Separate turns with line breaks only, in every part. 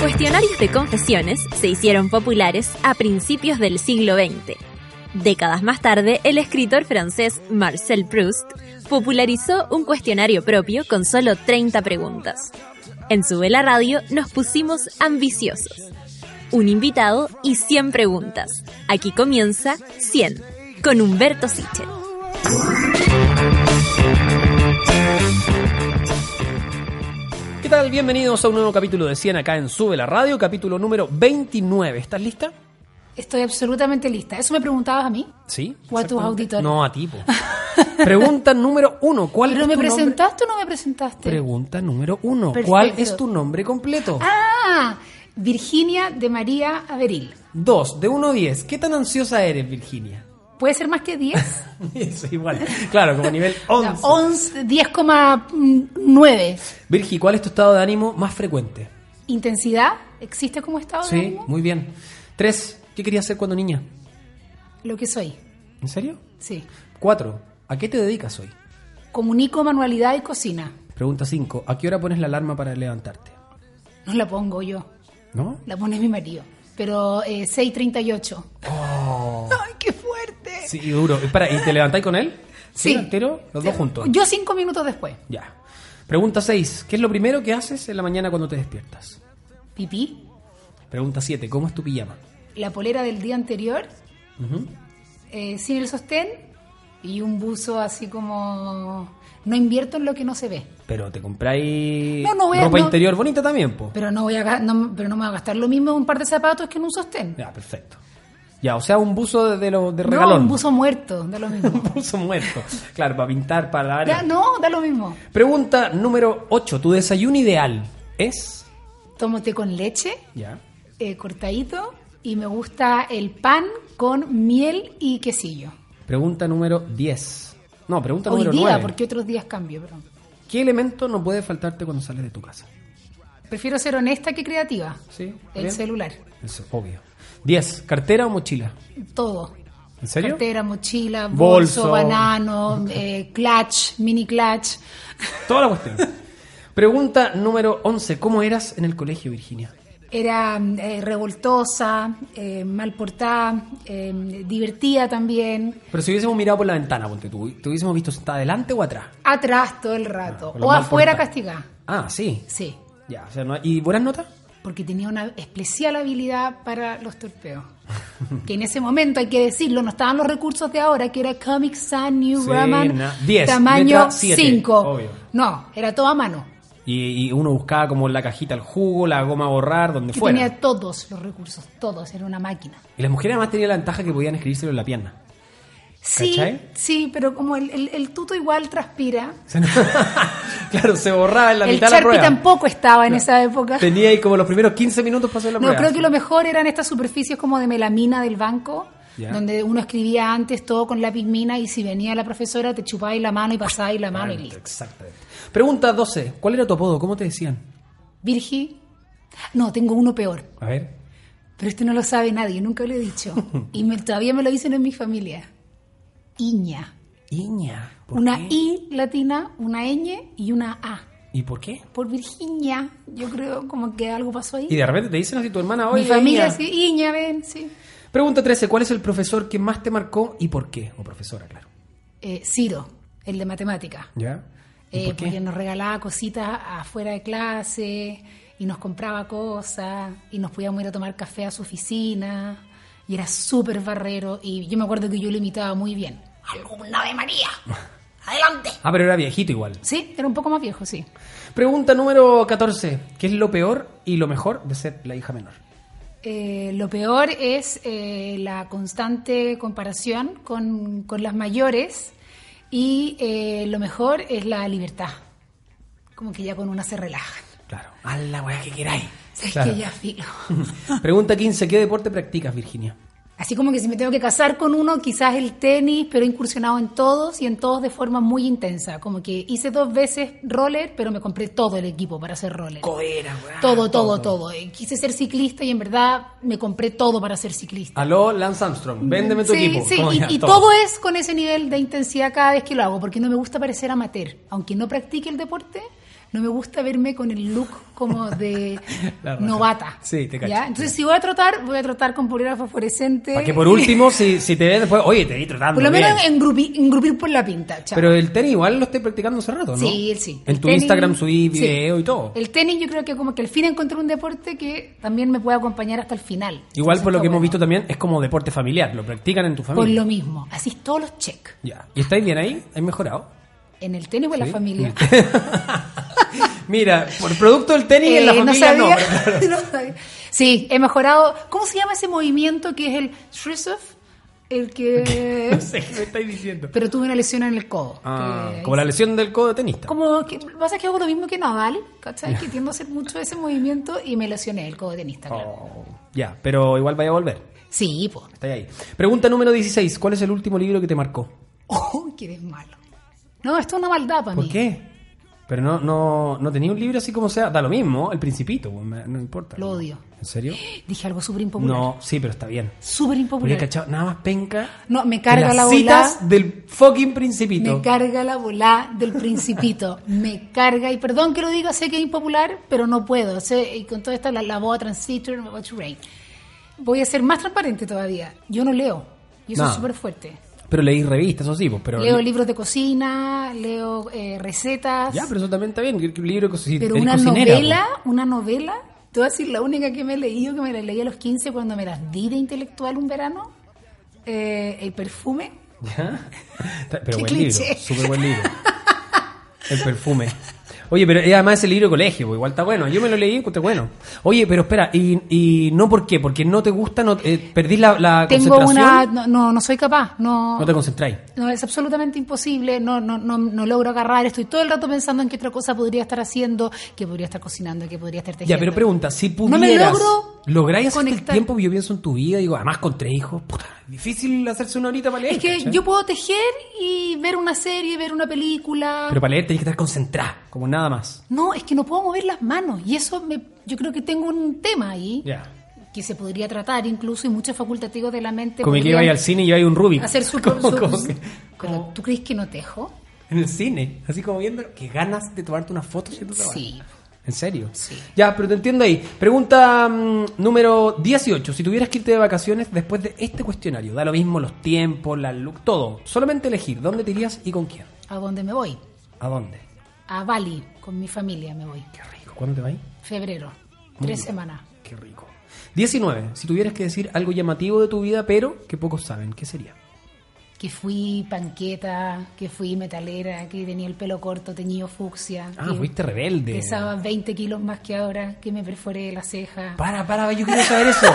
cuestionarios de confesiones se hicieron populares a principios del siglo XX. Décadas más tarde, el escritor francés Marcel Proust popularizó un cuestionario propio con solo 30 preguntas. En su vela radio nos pusimos ambiciosos. Un invitado y 100 preguntas. Aquí comienza 100 con Humberto Sichel.
¿Qué tal? Bienvenidos a un nuevo capítulo de 100 acá en Sube la Radio, capítulo número 29. ¿Estás lista?
Estoy absolutamente lista. ¿Eso me preguntabas a mí?
Sí.
¿O a tus
exactamente.
auditores?
No, a tipo. Pregunta número uno. ¿Cuál
¿Pero
es
me
tu nombre?
presentaste o no me presentaste?
Pregunta número uno.
Perfecto.
¿Cuál es tu nombre completo?
ah, Virginia de María Averil.
Dos, de uno a diez. ¿Qué tan ansiosa eres, Virginia?
¿Puede ser más que 10?
Eso igual. Claro, como nivel 11.
11, mm, 10,9.
Virgi, ¿cuál es tu estado de ánimo más frecuente?
¿Intensidad? ¿Existe como estado de
Sí,
ánimo?
muy bien. Tres, ¿qué querías ser cuando niña?
Lo que soy,
¿En serio?
sí.
Cuatro, ¿a qué te dedicas hoy?
Comunico manualidad y cocina.
Pregunta cinco, ¿a qué hora pones la alarma para levantarte?
No la pongo yo,
¿No?
la pone mi marido. Pero eh, 6.38. ¡Ay, qué fuerte!
Sí, duro. Para, ¿Y te levantáis con él?
Sí.
entero? Los dos juntos.
Yo cinco minutos después.
Ya. Pregunta 6. ¿Qué es lo primero que haces en la mañana cuando te despiertas?
Pipí,
Pregunta 7. ¿Cómo es tu pijama?
la polera del día anterior, eh, sin el sostén y un buzo así como... No invierto en lo que no se ve,
Pero te compráis
No, no voy a-
ropa
no-
interior bonita también, po.
pero no, voy a, ga- no, pero no me voy a gastar lo mismo en un par de zapatos que en un sostén.
Ya, perfecto. Ya, o sea, un buzo de, de lo, de
No,
regalón.
un buzo muerto, da lo mismo.
Un buzo muerto. Claro, para pintar, para la área.
Ya, no, da lo mismo.
Pregunta número 8. ¿Tu desayuno ideal es?
Tomo té con leche,
Ya.
eh, cortadito, y me gusta el pan con miel y quesillo.
Pregunta número 10. No, pregunta
Hoy
número
día,
9.
porque otros días cambio, pero...
¿Qué elemento no puede faltarte cuando sales de tu casa?
Prefiero ser honesta que creativa.
Sí,
El
bien.
celular.
Eso, obvio. 10. ¿Cartera o mochila?
Todo.
¿En serio?
Cartera, mochila,
Bolso.
bolso, banano, eh, clutch, mini clutch.
Toda la cuestión. Pregunta número 11. ¿Cómo eras en el colegio, Virginia?
Era mm, eh, revoltosa, eh, mal portada, eh, divertida también.
Pero si hubiésemos mirado por la ventana, ponte tú, ¿te hubiésemos visto sentada adelante o atrás?
Atrás todo el rato.
Ah, con los
o
mal
afuera
portados.
castigada.
Ah, sí.
Sí.
Ya, o sea, no- ¿y buenas notas?
Porque tenía una especial habilidad para los torpeos. que en ese momento, hay que decirlo, no estaban los recursos de ahora, que era Comic Sun, New
Sí,
Roman,
na- diez, letra
tamaño
siete,
5.
obvio.
No, era todo a mano.
Y, y uno buscaba como la cajita, el jugo, la goma a borrar, donde
Yo
fuera.
tenía todos los recursos, todos, era una máquina.
Y las mujeres además tenían la ventaja que podían escribírselo en la pierna.
Sí,
¿Cachai?
sí, pero como el, el- el tuto igual transpira,
O sea, no- claro, se borraba en la
el
mitad de la
Sharpie
prueba.
tampoco estaba en esa época.
Tenía ahí como los primeros 15 minutos para hacer la
No,
prueba.
creo que lo mejor eran estas superficies como de melamina del banco,
Ya.
donde uno escribía antes todo con lápiz mina y si venía la profesora te chupaba ahí la mano y pasaba ahí la mano y listo.
Exactamente. Pregunta 12. ¿Cuál era tu apodo? ¿Cómo te decían?
Virgi, no, tengo uno peor,
A ver.
pero este no lo sabe nadie, nunca lo he dicho. y me- todavía me lo dicen en mi familia. Iña.
Iña. ¿Por
Una
qué?
I latina, una ñ y una A.
¿Y por qué?
por Virginia. Yo creo como que algo pasó ahí.
Y de repente te dicen así tu hermana hoy.
Mi familia, sí, Iña, ven, sí.
Pregunta 13. ¿Cuál es el profesor que más te marcó y por qué? O profesora, claro.
Eh, Ciro, el de matemática.
¿Ya? ¿Y
Eh,
por qué?
Porque nos regalaba cositas afuera de clase y nos compraba cosas y nos podíamos ir a tomar café a su oficina y era súper barrero y yo me acuerdo que yo lo imitaba muy bien. ¡Alumna de María! ¡Adelante!
Ah, pero era viejito igual.
Sí, era un poco más viejo, sí.
Pregunta número 14. ¿Qué es lo peor y lo mejor de ser la hija menor?
Eh, lo peor es eh, la constante comparación con, con las mayores y eh, lo mejor es la libertad. Como que ya con una se relajan.
Claro. A la weá que queráis.
Sabes
Claro.
que ya filo.
Pregunta 15. ¿Qué deporte practicas, Virginia?
Así como que si me tengo que casar con uno, quizás el tenis, pero he incursionado en todos y en todos de forma muy intensa. Como que hice dos veces roller, pero me compré todo el equipo para hacer roller.
Codera, weá.
Todo, todo, todo. Eh, Quise ser ciclista y en verdad me compré todo para ser ciclista.
Aló, Lance Armstrong. Véndeme tu
sí,
equipo.
sí,
Como
y,
ya,
y todo. es con ese nivel de intensidad cada vez que lo hago, porque no me gusta parecer amateur. Aunque no practique el deporte, no me gusta verme con el look como de
La raja.
novata.
Sí, te cacho.
¿ya? Entonces, si voy a trotar, voy a trotar con polera fosforescente.
Para que por último, si, si te ves después, oye, te vi tratando.
Por lo
bien.
menos engrupi- engrupir por la pinta. chao.
Pero el tenis igual lo estoy practicando hace rato, ¿no?
Sí, sí.
En
El
tu
tenis-
Instagram subí
sí.
video y todo.
El tenis yo creo que como que al fin encontré un deporte que también me puede acompañar hasta el final.
Igual por lo
Entonces,
que hemos visto
está
también, es como deporte familiar, lo practican en tu
bueno. Por
familia.
lo mismo, así es todos los check.
Ya. ¿Y estáis bien ahí? ¿Has mejorado?
En el tenis o en
Sí.
la familia.
Mira, por producto del tenis en la
Eh, no
familia no.
sabía,
pero-
no sabía. Sí, he mejorado. ¿Cómo se llama ese movimiento que es el Shrisov? El que.
no sé qué me estáis diciendo.
Pero tuve una lesión en el codo.
Ah,
que-
como la lesión del codo de tenista.
Como que lo que pasa es que hago lo mismo que Nadal, ¿cachai? Que tiendo a hacer mucho ese movimiento y me lesioné el codo de tenista, claro.
Oh, ya, pero igual vaya a volver.
Sí, pues.
Está ahí. Pregunta número 16. ¿Cuál es el último libro que te marcó?
Oh, qué desmalo. No, esto es una maldad para mí.
¿Por qué? Pero no, no, no tenía un libro así como sea. Da lo mismo, El Principito, me- no importa.
Lo odio.
¿En serio?
Dije algo súper impopular.
No, sí, pero está bien.
Súper
Porque
impopular.
cachado, nada más penca.
No, me
que
carga
las
la volada.
citas del fucking Principito.
Me carga la volá del principito. Me carga, y perdón que lo diga, sé que es impopular, pero no puedo. Sé- y con toda esta la, la boa transitor, me voy a churrar. Voy a ser más transparente todavía. Yo no leo. Yo soy
No.
súper fuerte.
Pero leí revistas, eso sí, pues, pero.
Leo libros de cocina, leo eh, recetas.
Ya, pero eso también está bien. que- que Un libro que si pues.
Pero
eres
una
cocinera,
novela, una novela, te voy a decir la única que me he leído, que me la leí a los 15 cuando me las di de intelectual un verano, eh, El perfume.
pues. Ya. Está- Pero
Qué
buen
cliché.
libro, súper buen libro. El perfume. Oye, pero eh, además ese libro de colegio, pues, igual está bueno. Yo me lo leí y encontré bueno. Oye, pero espera, ¿y, y no por qué? Porque no te gusta, no, eh, perdís la, la
Tengo
concentración.
una... No, no, no soy capaz, no...
No te concentráis.
no, es absolutamente imposible, no, no, no, no logro agarrar, estoy todo el rato pensando en qué otra cosa podría estar haciendo, qué podría estar cocinando, qué podría estar tejiendo.
Ya, pero pregunta, si
No me
pudieras,
logro
¿lográis hacerte el
conectar.
tiempo? Yo pienso en tu vida, digo, además con tres hijos, puta, difícil hacerse una horita para leer.
Es que
¿cachai?
yo puedo tejer y ver una serie, ver una película.
Pero para leer tenés que estar concentrada, como nada más.
No, es que no puedo mover las manos y eso me, yo creo que tengo un tema ahí
Ya.
que se podría tratar incluso y muchos facultativos de la mente
Como que
podrían
iba al cine y lleváis un Rubik.
hacer su,
Como-
su-
como
su-
que-
Pero,
como
¿Tú crees que no tejo?
en el cine, así como viendo que ganas de tomarte una foto si
Sí.
¿En serio?
Sí.
Ya, pero te entiendo ahí. Pregunta mm, número 18. Si tuvieras que irte de vacaciones después de este cuestionario, da lo mismo los tiempos, la look, todo. Solamente elegir dónde te irías y con quién.
¿A dónde me voy?
¿A dónde?
A Bali con mi familia me voy.
Qué rico. ¿Cuándo te vas? ahí?
Febrero,
Muy
tres
bien.
semanas.
Qué rico. 19. Si tuvieras que decir algo llamativo de tu vida, pero que pocos saben, ¿qué sería?
Que fui panqueta, que fui metalera, que tenía el pelo corto teñido fucsia.
Ah,
que
fuiste rebelde.
Pesaba 20 kilos más que ahora, que me perforé la ceja.
Para, para, yo quiero saber eso.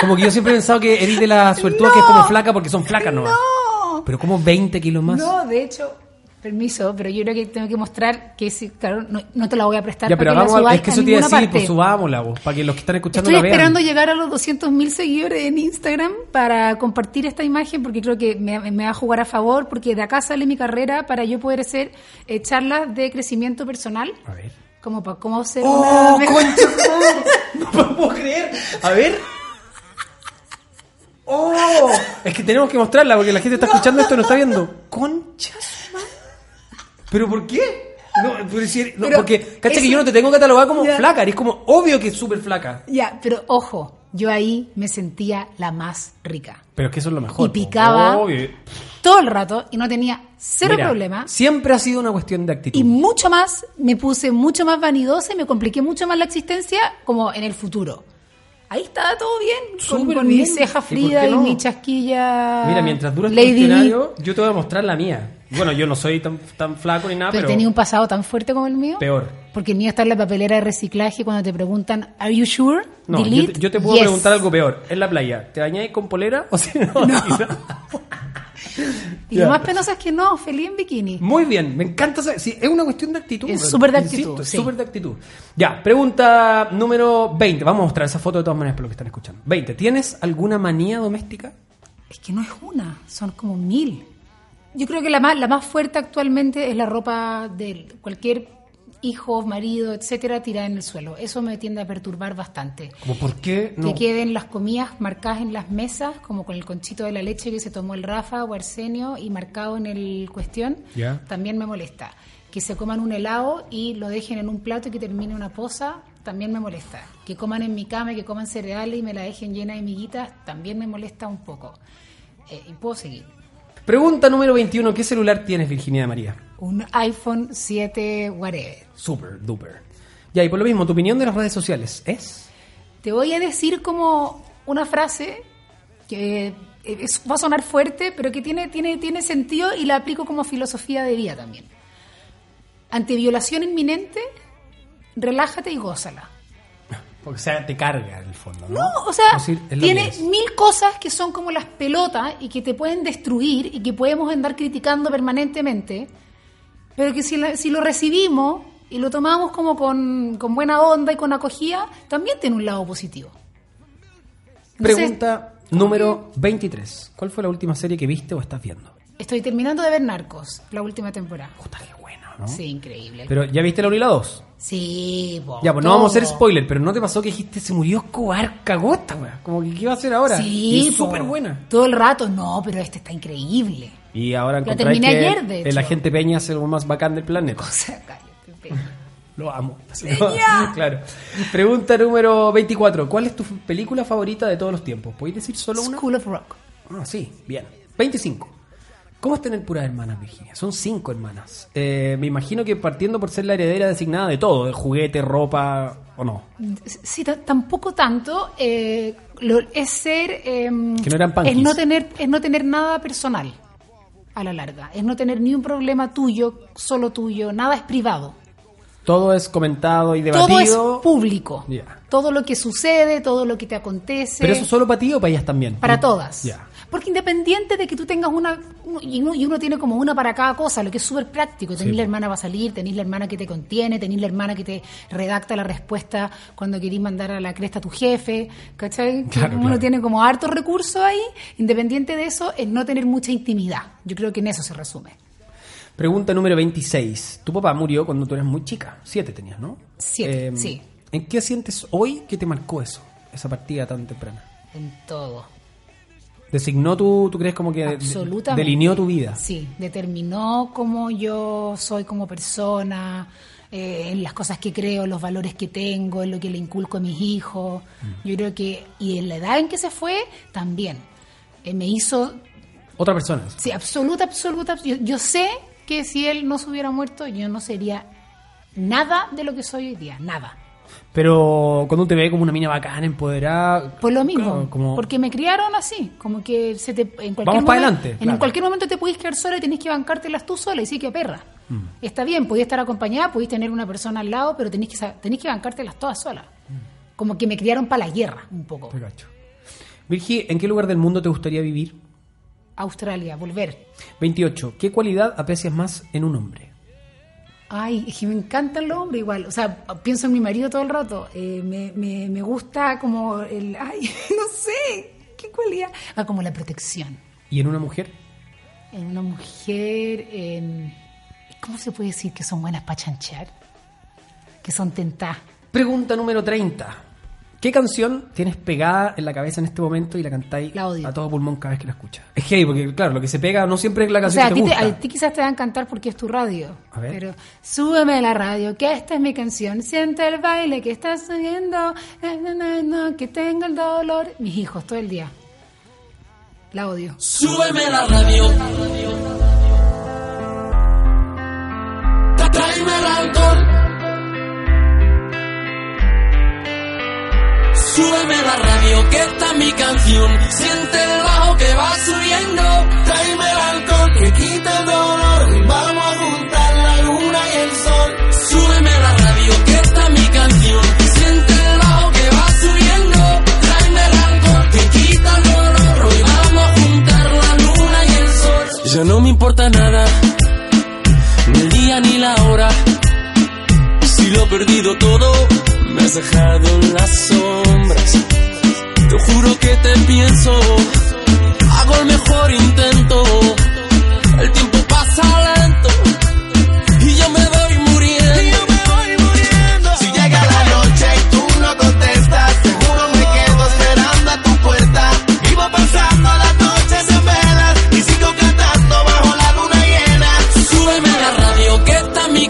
Como que yo siempre he pensado que eres de las suertudas que es como flaca porque son flacas, ¿no?
¡No!
Pero como 20 kilos más.
No, de hecho, permiso, pero yo creo que tengo que mostrar que sí, claro, no, no te la voy a prestar.
ya, pero
para que la
hagamos,
subáis
es que
a
eso te iba a
ninguna
decir, pues
parte.
subámosla vos, para que los que están escuchando
Estoy
la vean.
esperando llegar a los 200.000 seguidores en Instagram para compartir esta imagen porque creo que me, me va a jugar a favor porque de acá sale mi carrera para yo poder hacer eh, charlas de crecimiento personal
A ver.
como para cómo ser
¡Oh,
una-
concha! No, no lo puedo creer. A ver. ¡Oh! Es que tenemos que mostrarla porque la gente está escuchando esto y no está viendo. ¡Conchas, ¿Pero por qué? No, por decir, no,
Pero
porque, cacha que
eso-
yo no te tengo catalogada como
Ya.
flaca, eres como obvio que es súper flaca.
Ya, pero ojo, yo ahí me sentía la más rica.
Pero es que eso es lo mejor. pues,
Y picaba.
Obvio.
Todo el rato y no tenía cero
Mira,
problema.
Siempre ha sido una cuestión de
y
actitud.
mucho más, me puse mucho más vanidosa y me compliqué mucho más la existencia como en el futuro. Ahí estaba todo bien, con,
Súper
con
bien.
mi ceja
¿Y por
fría
qué
y,
no?
mi chasquilla.
Mira, mientras dura el
Lady
cuestionario, yo te voy a mostrar la mía. Bueno, yo no soy tan, tan flaco ni
Di.
nada,
pero
ah, pero,
tenía un pasado tan fuerte como el mío.
peor.
Porque el mío está en la papelera de reciclaje cuando te preguntan, ¿Are you sure?
No, yo,
Delete,
te- yo te puedo
yes.
preguntar algo peor. En la playa, ¿te bañáis con polera o si no?
Y
Ya.
lo más penoso es que no, feliz en bikini.
Muy bien, me encanta. saber- sí, es una cuestión de actitud.
Es
bueno,
súper de
insisto,
actitud,
es
sí.
súper de actitud. Ya, pregunta número 20. Vamos a mostrar esa foto de todas maneras para los que están escuchando. 20. ¿Tienes alguna manía doméstica?
Es que no es una, son como mil. Yo creo que la más, la más fuerte actualmente es la ropa de cualquier hijo, marido, etcétera, tirada en el suelo. Eso me tiende a perturbar bastante.
Como, ¿por qué no?
Que queden las comidas marcadas en las mesas, como con el conchito de la leche que se tomó el Rafa o Arsenio y marcado en el cuestión,
Ya.
también me molesta. Que se coman un helado y lo dejen en un plato y que termine una poza, también me molesta. Que coman en mi cama y que coman cereales y me la dejen llena de miguitas, también me molesta un poco. Eh, y puedo seguir.
Pregunta número 21. ¿Qué celular tienes, Virginia de María?
Un iPhone 7 whatever.
Super, duper. Ya, y por lo mismo, tu opinión de las redes sociales es.
Te voy a decir como una frase que eh, es- va a sonar fuerte, pero que tiene, tiene, tiene sentido y la aplico como filosofía de vida también. Ante violación inminente, relájate y gózala.
Porque o sea, te carga en el fondo, ¿no?
No, o sea,
Es decir, es lo
tiene
que es.
mil cosas que son como las pelotas y que te pueden destruir y que podemos andar criticando permanentemente, pero que si, la- si lo recibimos y lo tomamos como con, con buena onda y con acogida, también tiene un lado positivo. Entonces,
Pregunta número 23. ¿Cuál fue la última serie que viste o estás viendo?
Estoy terminando de ver Narcos, la última temporada.
Puta, qué bueno, ¿no?
Sí, increíble.
Pero ya viste la 1 y la 2.
sí, po,
Ya, pues no vamos a hacer
todo.
spoiler, pero ¿no te pasó que dijiste se murió Escobar cagota, weón? Como que ¿qué va a hacer ahora?
Sí,
Y es
po.
súper buena.
Todo el rato, no, pero este está increíble.
Y ahora
La
encontráis
terminé
que
ayer, de
el
hecho.
agente Peña es el más bacán del planeta.
O sea, cállate, pe.
Lo amo. claro. Pregunta número 24. ¿Cuál es tu f- película favorita de todos los tiempos? ¿Podéis decir solo una?
School of Rock.
Ah, sí, bien. 25. ¿Cómo están en puras hermanas, Virginia? Son cinco hermanas. Eh, me imagino que partiendo por ser la heredera designada de todo, de juguete, ropa o no.
Sí, ta- tampoco tanto. eh, lo- es ser. eh,
Que no eran punkis.
es no tener Es no tener nada personal a la larga. Es no tener ni un problema tuyo, solo tuyo. Nada es privado.
Todo es comentado y
Todo es
debatido.
público.
Ya.
Todo lo que sucede, todo lo que te acontece.
Pero eso solo para ti o para ellas también.
Para todas.
Mm, Ya.
Porque independiente de que tú tengas una. uno- Y uno, y uno tiene como una para cada cosa, lo que es súper práctico. Tenés
Sí.
la hermana para salir, tenés la hermana que te contiene, tenés la hermana que te redacta la respuesta cuando querís mandar a la cresta a tu jefe. ¿Cachai? Que
Claro,
uno
claro.
tiene como hartos recursos ahí. Independiente de eso, es no tener mucha intimidad. Yo creo que en eso se resume.
Pregunta número 26. Tu papá murió cuando tú eras muy chica. Siete tenías, ¿no? Eh,
Siete, sí.
¿En qué sientes hoy que te marcó eso? Esa partida tan temprana.
En todo.
¿Designó tu, tú crees como que de-
Absolutamente.
delineó tu vida?
Sí, determinó cómo yo soy como persona, eh, en las cosas que creo, los valores que tengo, en lo que le inculco a mis hijos. Yo creo que, y en la edad en que se fue, también. Eh, me hizo,
Otra persona.
sí, absoluta, absoluta. Yo, yo sé que si él no se hubiera muerto, yo no sería nada de lo que soy hoy día, nada.
Pero cuando te ve como una mina bacana, empoderada.
Por Pues lo mismo,
claro, como-
porque me criaron así, como que se te, en
Vamos
cualquier momento,
pa' adelante,
en
claro.
cualquier momento te podís quedar sola y tenés que bancártelas tú sola y sí que perra.
Mm.
Está bien, podías estar acompañada, podías tener una persona al lado, pero tenés que sa- tenés que bancártelas todas sola. Como que me criaron para la guerra un poco.
Mm. Te cacho. Virgi, ¿en qué lugar del mundo te gustaría vivir?
Australia, volver.
28. ¿Qué cualidad aprecias más en un hombre?
Ay, es que me encantan los hombres igual. O sea, pienso en mi marido todo el rato. Eh, me, me- me gusta como el ay, no sé, qué cualidad. Ah, como la protección.
¿Y en una mujer?
en una mujer, en... ¿Cómo se puede decir que son buenas para chanchar? Que son tentadas.
Pregunta número 30. ¿Qué canción tienes pegada en la cabeza en este momento y la cantáis
La odio.
a todo pulmón cada vez que la escuchas? Es heavy, porque claro, lo que se pega no siempre es la
O
canción
sea, a
que te
ti, te-
gusta.
a ti quizás te va a encantar porque es tu radio.
A ver.
Pero súbeme la radio, que esta es mi canción. Siente el baile que estás subiendo. eh, Na, na, na, na, que tengo el dolor. Mis hijos, todo el día. La odio.
Súbeme la radio. Tráeme el alcohol. Súbeme la radio, que esta es mi canción. Siente el bajo que va subiendo. Tráeme el alcohol, que quita el dolor. Vamos a juntar la luna y el sol. Súbeme la radio, que esta es mi canción. Siente el bajo que va subiendo. Tráeme el alcohol, que quita el dolor. Hoy vamos a juntar la luna y el sol. Ya no me importa nada, ni el día ni la hora. Si lo he perdido todo, me has dejado en las sombras. Te juro que te pienso, hago el mejor intento. El tiempo pasa lento y yo me voy muriendo.
Si llega la noche y tú no contestas, seguro me quedo esperando a tu puerta. Vivo pasando las noches en velas y sigo cantando bajo la luna llena.
Súbeme la radio, que esta es mi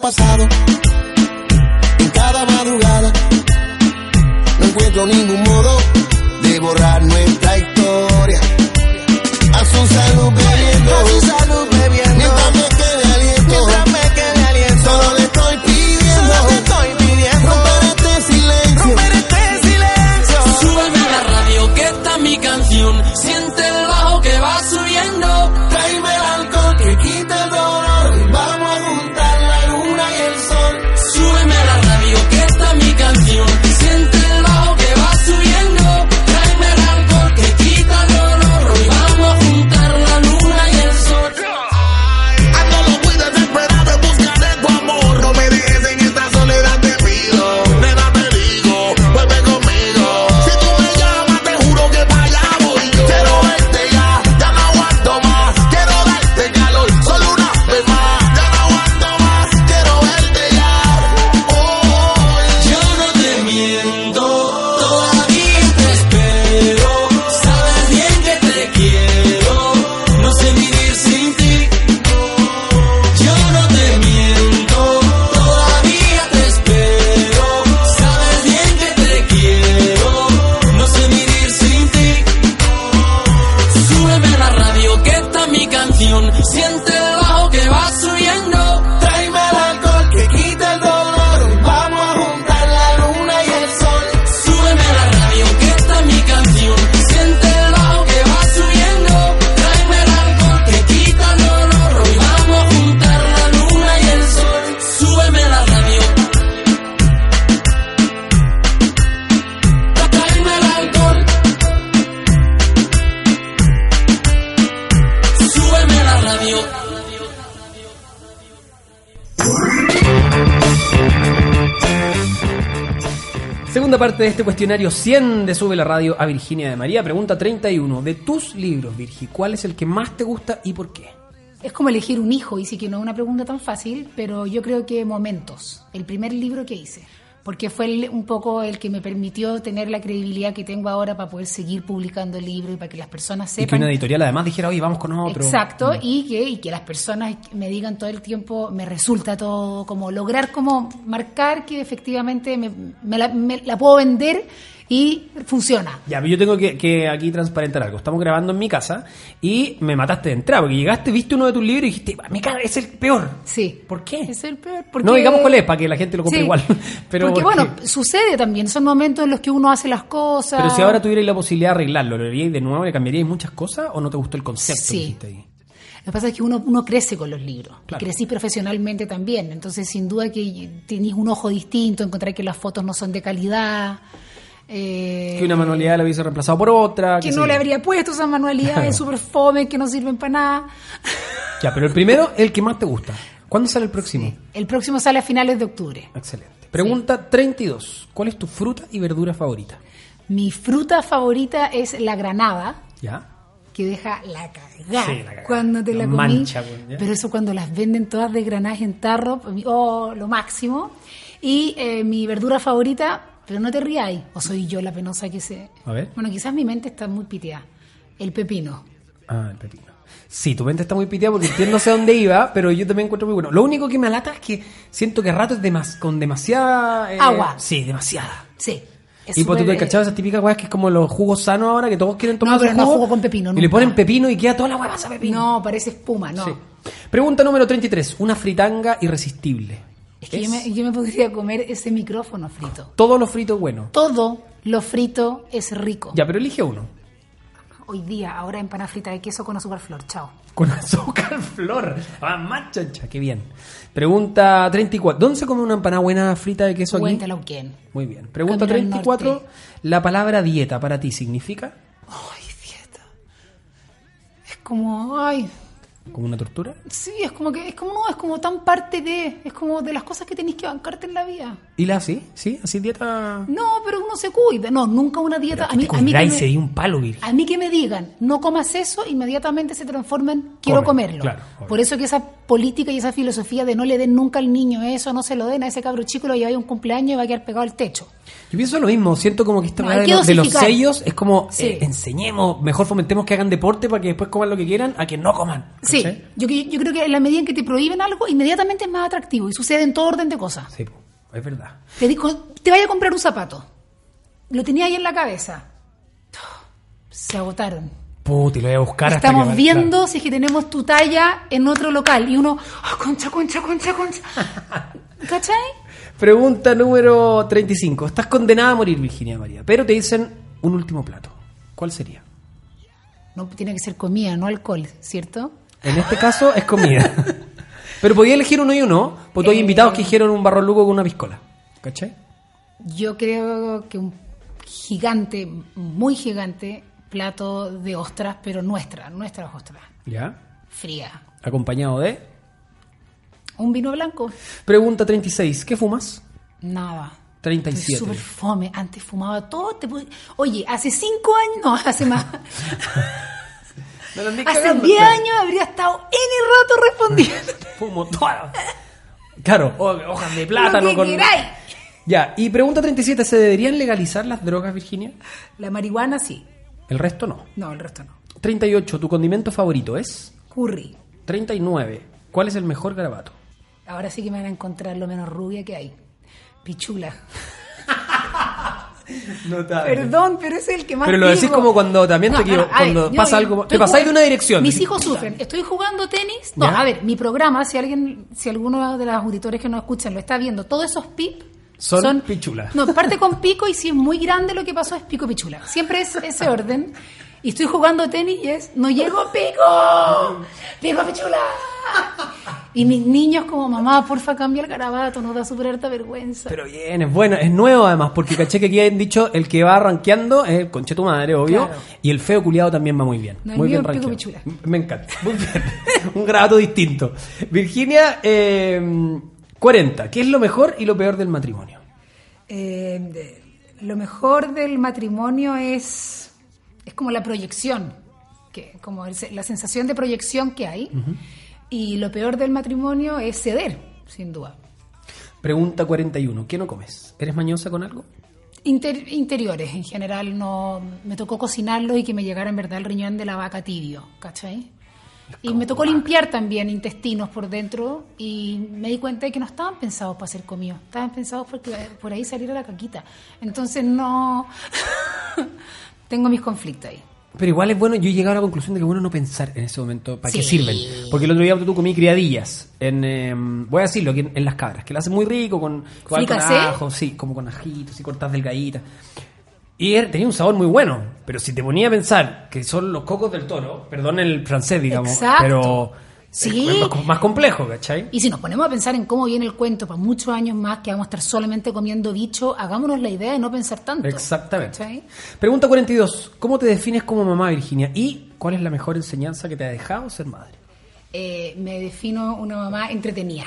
pasado. En cada madrugada no encuentro ningún modo de borrar nuestra historia. A su salud bebiendo, a su salud bebiendo. Mientras me quede aliento, mientras me quede aliento. Solo le estoy pidiendo, solo le estoy pidiendo. Romper este silencio, romper este silencio.
Súbeme la radio que está mi canción. Siente el bajo que va subiendo.
Tráeme el alcohol que quita el dolor. Vamos a juntar la luna y el sol.
Súbeme la radio que está mi canción. Siente el bajo que va subiendo. Tráeme el alcohol que quita el dolor. Hoy vamos a juntar la luna y el sol.
Ando locura desesperada en busca de tu amor. No me dejes en esta soledad, te pido. Nena, te digo, vuelve conmigo. Si tú me llamas, te juro que para allá voy yo. Quiero verte ya, ya no aguanto más. Quiero darte calor, solo una vez más. Ya no aguanto más, quiero verte ya. Oh,
Yo no te miento, todavía te espero. Sabes bien que te quiero, no sé vivir sin ti. Yo no te miento, todavía te espero. Sabes bien que te quiero, no sé vivir sin ti. Súbeme la radio que está mi canción. Siente el bajo que va subiendo.
Tráeme el alcohol que quita el dolor. Vamos a juntar la luna y el sol.
Súbeme la radio que esta es mi canción Siente el bajo que va subiendo Tráeme el alcohol que quita el dolor Hoy vamos a juntar la luna y el sol Súbeme la radio Tráeme el alcohol Súbeme la radio
Segunda parte de este cuestionario 100 de Sube la Radio a Virginia de María. Pregunta 31. De tus libros, Virgi, ¿cuál es el que más te gusta y por qué?
Es como elegir un hijo, y sí que no es una pregunta tan fácil, pero yo creo que Momentos, el primer libro que hice, porque fue el- un poco el que me permitió tener la credibilidad que tengo ahora para poder seguir publicando libros y para que las personas
Y que
sepan.
una editorial además dijera, oye, vamos con otro. Mm.
Exacto, y que, y que las personas me digan todo el tiempo, me resulta todo, como lograr como marcar que efectivamente me, me la, me la puedo vender y funciona.
Ya, pero yo tengo que, que aquí transparentar algo. Estamos grabando en mi casa y me mataste de entrada porque llegaste, viste uno de tus libros y dijiste, "Ah, mi cara es el peor.
Sí.
¿Por qué?
Es el peor.
No
porque-
digamos cuál es para que la gente lo compre
Sí.
igual. Pero,
porque,
¿por qué?
bueno, sucede también, son momentos en los que uno hace las cosas.
pero si ahora tuvierais la posibilidad de arreglarlo, ¿lo haríais de nuevo? ¿Le cambiaríais muchas cosas o no te gustó el concepto
Sí.
que hiciste ahí?
Lo que pasa es que uno, uno crece con los libros.
Claro.
Crecí profesionalmente también. Entonces, sin duda que tenés un ojo distinto, encontrar que las fotos no son de calidad. eh,
Que una manualidad la hubiese reemplazado por otra.
que
qué sé
no
yo.
le habría puesto esas manualidades super fome que no sirven para nada.
Ya, pero el primero, el que más te gusta. ¿Cuándo sale el próximo?
El próximo sale a finales de octubre.
Excelente. Pregunta 32. ¿Cuál es tu fruta y verdura favorita?
Mi fruta favorita es la granada,
¿Ya?
que deja la cagada
Sí, la cagada.
cuando te
La
la comí.
mancha, pues, ya.
pero eso cuando las venden todas de granaje en tarro, pues, mi- oh, lo máximo. Y eh, mi verdura favorita, pero no te ríais, o soy yo la penosa que sé.
A ver.
Bueno, quizás mi mente está muy piteada. El pepino.
Ah, el pepino. Sí, tu mente está muy piteada porque entiendo no sé a dónde iba, pero yo también encuentro muy bueno. Lo único que me alata es que siento que a rato es demas- con demasiada... eh,
Agua.
Sí, demasiada.
Sí. es
y pues tú
súper,
te
eh,
cachabas esas típicas weas que es como los jugos sanos ahora, que todos quieren tomar
No, pero
esos
no
jugos,
jugo con pepino,
Y le
nunca.
ponen pepino y queda toda la hueá a pepino.
No, parece espuma, no.
Sí. Pregunta número 33. Una fritanga irresistible.
Es que yo me, yo me podría comer ese micrófono frito.
Todos los fritos buenos.
Todo lo frito es rico.
Ya, pero elige uno.
Hoy día, ahora empanada frita de queso con azúcar flor. Chao.
Con azúcar flor. Ah, más chancha, qué bien. Pregunta 34. ¿Dónde se come una empanada buena frita de queso aquí?
Cuéntalo quién.
Muy bien. Pregunta
Camino al
34.
norte.
La palabra dieta para ti significa
Ay, fiesta. Es como, ay,
como una tortura.
sí, es como que, es como no, es como tan parte de, es como de las cosas que tenéis que bancarte en la vida.
¿Y la así? ¿Sí? ¿Así dieta?
No, pero uno se cuida. No, nunca una dieta. A mí, a, mí
Cuidá
que
y se
me,
dio un palo, Virgen.
a mí que me digan, no comas eso, inmediatamente se transforma en quiero
Comen,
comerlo.
claro, obvio.
Por eso que esa política y esa filosofía de no le den nunca al niño eso, no se lo den a ese cabro chico, lo lleváis a un cumpleaños y va a quedar pegado al techo.
Yo pienso lo mismo, siento como que esta
No,
weá
hay
de,
que
los- de los
dosificar.
sellos es como
Sí.
eh, enseñemos, mejor fomentemos que hagan deporte para que después coman lo que quieran a que no coman.
Sí,
¿cachai?
yo, yo creo que en la medida en que te prohíben algo, inmediatamente es más atractivo y sucede en todo orden de cosas.
Sí, po, es verdad.
Te digo, te vaya a comprar un zapato. Lo tenía ahí en la cabeza. Se agotaron.
Puta, y lo voy a buscar hasta
Estamos
que-
viendo si es que tenemos tu talla en otro local. Y uno, "Ah, concha, concha, concha, concha. ¿Cachai?
Claro. Pregunta número 35. Estás condenada a morir, Virginia María, pero te dicen un último plato. ¿Cuál sería?
No, tiene que ser comida, no alcohol, ¿cierto?
En este caso es comida. pero podía elegir uno y uno, porque hay invitados que dijeron un barroluco con una piscola. ¿Cachai?
Yo creo que un gigante, muy gigante, plato de ostras, pero nuestra, nuestras ostras,
Ya.
fría.
Acompañado de.
Un vino blanco,
Pregunta 36. ¿Qué fumas?
nada. Estoy
37.
súper fome. Antes fumaba todo. te pu- Oye, hace cinco años, no, hace más.
Me lo andé
hace
cagando,
10
claro.
años habría estado en el rato respondiendo.
Fumo toda. Claro, ho- hojas de plátano
Lo que
con.
queráis.
Ya, y pregunta 37, ¿se deberían legalizar las drogas, Virginia?
La marihuana sí.
El resto no.
No, el resto no.
38, ¿tu condimento favorito es?
Curry.
39, ¿cuál es el mejor garabato?
Ahora sí que me van a encontrar lo menos rubia que hay. Pichula. Perdón, pero es el que más
Pero lo decís
digo.
como cuando también te equivo-
a ver,
cuando
yo-
pasa
yo
algo- te
estoy
pasáis de
jugando-
una dirección.
Mis
Decís,
hijos sufren. Estoy jugando tenis. No,
Ya.
a ver, mi programa, si alguien, si alguno de los auditores que nos escuchan lo está viendo, todos esos pip
Son pichula.
No, parte con pico y si es muy grande lo que pasó es pico pichula. Siempre es ese orden. Y estoy jugando tenis y es, no llego pico, pico pichula. Y mis niños como, mamá, porfa, cambia el garabato, nos da súper harta vergüenza.
Pero bien, es bueno, es nuevo además, porque caché que aquí han dicho el que va rankeando es el conche tu madre, obvio,
Claro.
y el feo culiado también va muy bien.
No, el
muy
mío
bien
es pico
rankeado.
pichula.
Me encanta, muy bien. Un grabato distinto. Virginia, eh, 40, ¿qué es lo mejor y lo peor del matrimonio?
Eh, de- lo mejor del matrimonio es, es como la proyección, que, como el se- la sensación de proyección que hay. Y lo peor del matrimonio es ceder, sin duda.
Pregunta 41, ¿qué no comes? ¿Eres mañosa con algo?
Inter- interiores, en general, no me tocó cocinarlo y que me llegara en verdad el riñón de la vaca tibio, ¿cachai? Y me tocó limpiar también intestinos por dentro y me di cuenta de que no estaban pensados para ser comidos, estaban pensados porque eh, por ahí saliera la caquita. Entonces no... Tengo mis conflictos ahí.
Pero igual es bueno, yo he llegado a la conclusión de que es bueno no pensar en ese momento para qué
Sí.
sirven. Porque el otro día tú comí criadillas, en, eh, voy a decirlo, aquí en, en las cabras, que la hacen muy rico con, igual con
¿Fricasé?
ajo, sí, como con ajitos y cortas delgaditas. Y er- tenía un sabor muy bueno, pero si te ponía a pensar que son los cocos del toro, perdón el francés, digamos,
Exacto.
pero
Sí.
es, más- más complejo, ¿cachai?
Y si nos ponemos a pensar en cómo viene el cuento para muchos años más que vamos a estar solamente comiendo bicho, hagámonos la idea de no pensar tanto.
Exactamente.
¿Cachai?
Pregunta 42, ¿cómo te defines como mamá, Virginia? ¿Y cuál es la mejor enseñanza que te ha dejado ser madre?
eh, me defino una mamá entretenida.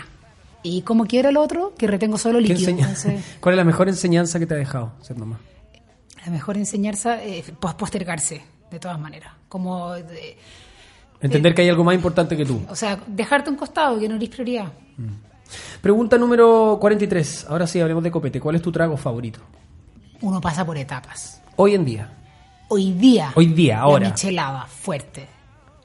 Y como quiera el otro, que retengo solo
¿Qué
líquido.
enseña-
Entonces,
¿Cuál es la mejor enseñanza que te ha dejado ser mamá?
la mejor enseñanza es pos- postergarse, de todas maneras. Como, de- Eh,
Entender que hay algo más importante que tú.
o sea, dejarte a un costado, que no eres prioridad.
Pregunta número 43. Ahora sí, hablemos de copete. ¿Cuál es tu trago favorito?
Uno pasa por etapas.
Hoy en día.
Hoy día.
Hoy día, ahora.
La michelada, fuerte.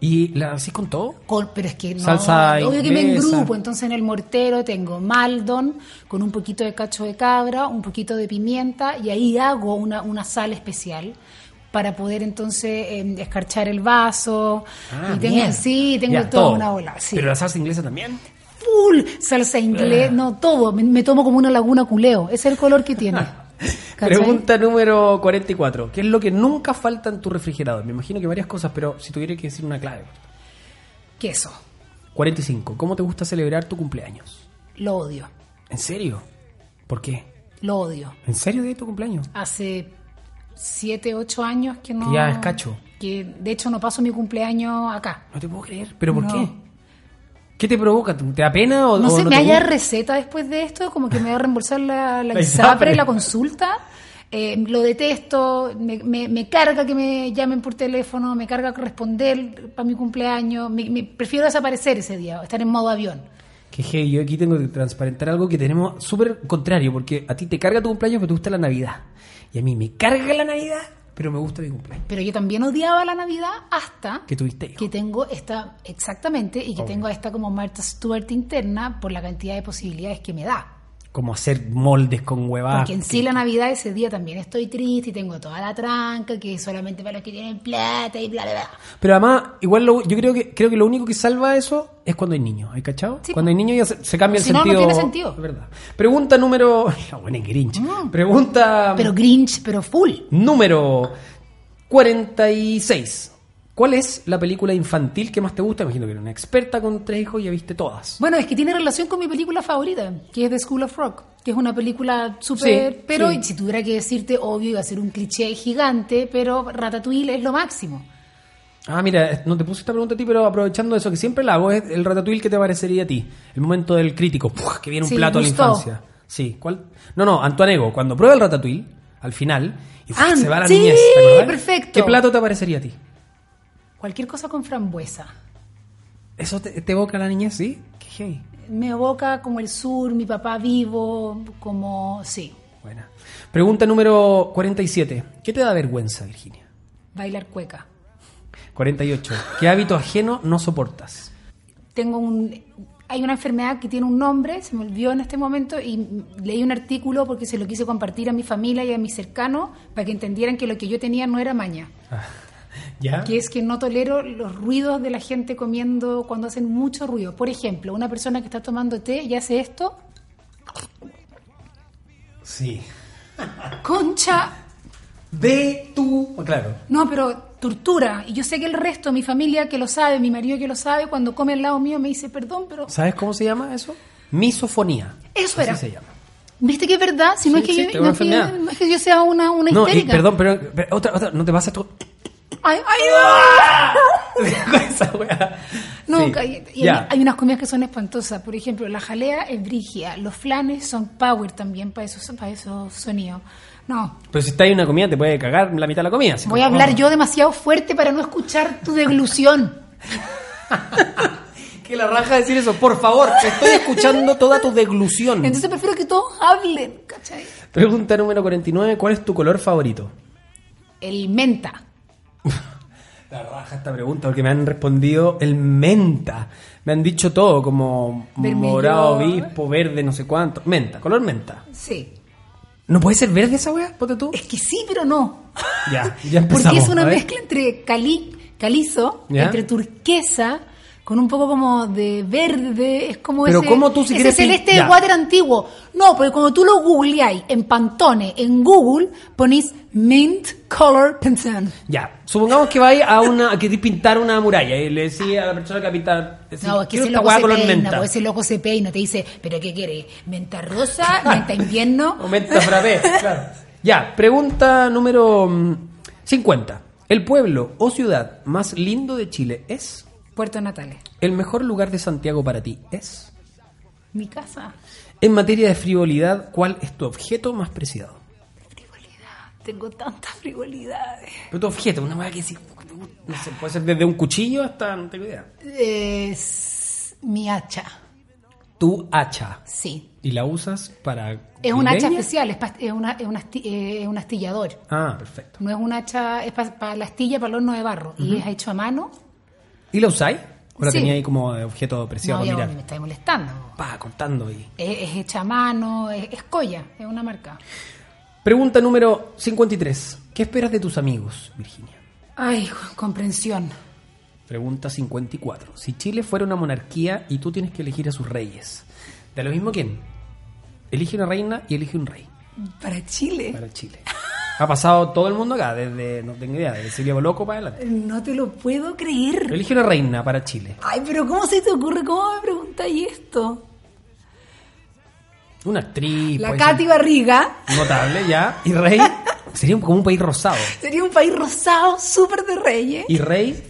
¿Y la así con todo?
Col- pero es que no,
Salsa
obvio que me
inglesa.
engrupo, entonces en el mortero tengo maldon con un poquito de cacho de cabra, un poquito de pimienta y ahí hago una, una sal especial para poder entonces eh, escarchar el vaso
Ah,
y tengo,
bien.
sí, tengo
Ya,
toda una bola, sí.
Pero Ah. la salsa inglesa también.
full salsa inglés, no todo, me, me tomo como una laguna culeo, ese es el color que tiene. ¿Cachai?
Pregunta número 44. ¿Qué es lo que nunca falta en tu refrigerador? Me imagino que varias cosas, pero si tuviera que decir una clave.
Queso,
45. ¿Cómo te gusta celebrar tu cumpleaños?
lo odio,
¿En serio? ¿Por qué?
lo odio.
¿En serio de tu cumpleaños?
hace 7, 8 años que no...
Que ya es cacho.
Que de hecho no paso mi cumpleaños acá.
No te puedo creer. ¿Pero por
No.
qué? ¿Qué te provoca? ¿Te da pena o
No
o
sé,
Oh, no
me
te
haya
gusta?
receta después de esto, como que me va a reembolsar la, la
La
ISAPRE,
ISAPRE.
la consulta. eh, lo detesto, me, me- me carga que me llamen por teléfono, me carga responder para mi cumpleaños, me- me- prefiero desaparecer ese día, estar en modo avión.
Que hey, yo aquí tengo que transparentar algo que tenemos súper contrario, porque a ti te carga tu cumpleaños, pero te gusta la Navidad. Y a mí me carga la Navidad, pero me gusta mi cumpleaños.
Pero yo también odiaba la Navidad hasta
Que tuviste hijo.
que tengo esta, exactamente, y que tengo esta como Martha Stewart interna por la cantidad de posibilidades que me da.
Como hacer moldes con huevadas.
Porque en sí la Navidad ese día también estoy triste y tengo toda la tranca que es solamente para los que tienen plata y bla, bla, bla.
Pero además, igual lo- yo creo que creo que lo único que salva eso es cuando hay niños, ¿hay cachado?
Sí,
cuando hay niños ya se, se cambia el
Si no, no
sentido.
tiene sentido. Mm.
Es verdad. Pregunta número. La buena es Grinch. Pregunta
Pero Grinch, pero full.
número 46. ¿Cuál es la película infantil que más te gusta? Imagino que eres una experta con tres hijos y ya viste todas.
Bueno, es que tiene relación con mi película favorita, que es The School of Rock, que es una película súper...
Sí,
pero
sí.
si tuviera que decirte, obvio, iba a ser un cliché gigante, pero Ratatouille es lo máximo.
Ah, mira, no te puse esta pregunta a ti, pero aprovechando eso que siempre la hago, es el ratatouille que te parecería a ti. El momento del crítico, ¡puf! que viene un
Sí,
plato a la
Gusteau.
infancia. Sí, ¿cuál? No, no, Antoine Ego, cuando prueba el ratatouille, al final, y ¡fua!
Ah,
se va la
sí,
niñez. ¿te acordás?
perfecto.
¿Qué plato te parecería a ti?
Cualquier cosa con frambuesa.
¿Eso te, te evoca la niñez, sí? Qué heavy.
Me evoca como el sur, mi papá vivo, como... Sí,
Buena. Pregunta número 47. ¿Qué te da vergüenza, Virginia?
bailar cueca.
48. ¿Qué hábito ajeno no soportas?
tengo un hay una enfermedad que tiene un nombre, se me olvidó en este momento y leí un artículo porque se lo quise compartir a mi familia y a mis cercanos para que entendieran que lo que yo tenía no era maña,
¿Ya?
que es que no tolero los ruidos de la gente comiendo cuando hacen mucho ruido. Por ejemplo, una persona que está tomando té y hace esto,
Sí.
concha,
De tu... Claro.
no, pero tortura. Y yo sé que el resto, mi familia que lo sabe, mi marido que lo sabe, cuando come al lado mío me dice, perdón, pero
¿Sabes cómo se llama eso? Misofonía.
Eso
Así
era.
se llama.
¿viste que es verdad? Si no,
Sí,
es que
existe,
yo,
una
no es que yo-
enfermedad.
no es que yo sea una, una
No, y
histérica.
perdón, pero, pero otra, otra, no te pasa esto.
Ay, ay, ¡ah!
Esa wea.
No,
Sí,
ca- y- y
ya.
hay, hay unas comidas que son espantosas. Por ejemplo, la jalea es brigia. Los flanes son power también para esos, para esos sonidos. No,
Pero si está ahí una comida, te puede cagar la mitad de la comida. así
voy
como,
a hablar
oh,
yo demasiado fuerte para no escuchar tu deglución.
Que la raja decir eso. Por favor, te estoy escuchando toda tu deglución.
Entonces prefiero que todos hablen, ¿cachai?
Pregunta número 49. ¿Cuál es tu color favorito?
El menta.
La raja esta pregunta porque me han respondido el menta. Me han dicho todo, como
Vermellón.
morado, obispo, verde, no sé cuánto. Menta, color menta.
Sí.
¿No puede ser verde esa wea? Ponte tú.
Es que sí, pero no.
Ya, ya empezamos.
Porque es una
a ver.
mezcla entre cali, calizo,
¿Ya?
entre turquesa, con un poco como de verde, es como
Pero
ese,
¿cómo tú si
ese
quieres pin-
celeste de
ya.
water antiguo. No, porque cuando tú lo googleáis en Pantone, en Google, ponís mint color Pantone.
Ya, supongamos que vais a una a que pintar una muralla y le decís a la persona que va a pintar decís,
No, es que
quiero
ese
esta
loco,
hueá
se
color
peina,
menta
pues ese loco se peina, te dice, ¿pero qué quiere? ¿Menta rosa? ¿Menta invierno?
o menta frappé, claro. Ya, pregunta número mm, 50. ¿El pueblo o ciudad más lindo de Chile es?
Puerto Natales,
¿El mejor lugar de Santiago para ti es?
mi casa.
En materia de frivolidad, ¿cuál es tu objeto más preciado?
Frivolidad, tengo tantas frivolidades.
Pero tu objeto, una hueá que sí, no sé, puede ser desde un cuchillo hasta, no tengo idea.
Es mi hacha,
Tu hacha.
sí.
¿Y la usas para
Es un hacha
leña?
especial, es, pas- es una- es un asti- eh, es un astillador.
Ah, perfecto.
No es un hacha, es para la astilla, para el horno de barro. Y es hecho a mano.
¿Y la usáis? ¿O la
Sí.
tenía ahí como de objeto preciado
no, ya,
para mirar?
me estáis molestando.
Pa, cortando ahí.
Es, es hecha a mano, es, es colla, es una marca.
Pregunta número 53. ¿Qué esperas de tus amigos, Virginia?
Ay, co- comprensión.
Pregunta 54. Si Chile fuera una monarquía y tú tienes que elegir a sus reyes, ¿de lo mismo quién? Elige una reina y elige un rey
Para Chile.
para Chile. Ha pasado todo el mundo acá, desde, no tengo idea, desde Silvia Boloco para adelante.
No te lo puedo creer.
Elige una reina para Chile.
Ay, pero ¿cómo se te ocurre? ¿Cómo me preguntáis esto?
Una actriz.
La
puede ser
Katy Barriga
Notable ya. Y rey. Sería como un país rosado.
sería un país rosado, súper de reyes.
Y rey,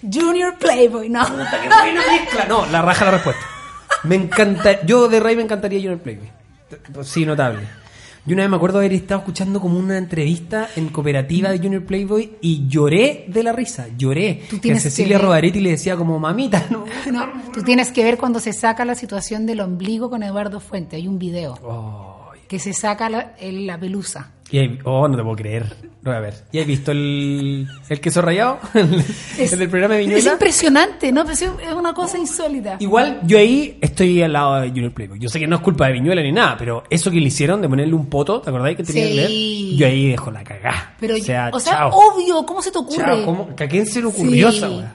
Junior Playboy, ¿no?
Claro, No, la raja la respuesta. Me encanta, yo de Rey me encantaría Junior Playboy. Sí, notable. Yo una vez me acuerdo haber estado escuchando como una entrevista en cooperativa de Junior Playboy y lloré de la risa, lloré. Que
Tú
a
tienes que
Cecilia
ver.
Rodaretti le decía como, mamita, no.
No, tú tienes que ver cuando se saca la situación del ombligo con Eduardo Fuente. Hay un video que se saca la, el- la pelusa.
Y ahí- oh, no te puedo creer. Lo voy a ver. ¿Y has visto el, el queso rayado? El, el del programa de
es
Viñuela.
impresionante, ¿no? Pero sí, es una cosa insólita.
Igual yo ahí estoy al lado de Junior Playboy. Yo sé que no es culpa de Viñuela ni nada, pero eso que le hicieron de ponerle un poto, ¿te acordáis que tenía que
Sí.
ver? Yo ahí dejo la cagá.
Pero,
o sea,
o sea,
chao.
obvio, ¿cómo se te ocurre?
Chao, ¿cómo? ¿A quién se le ocurrió
Sí.
esa weá?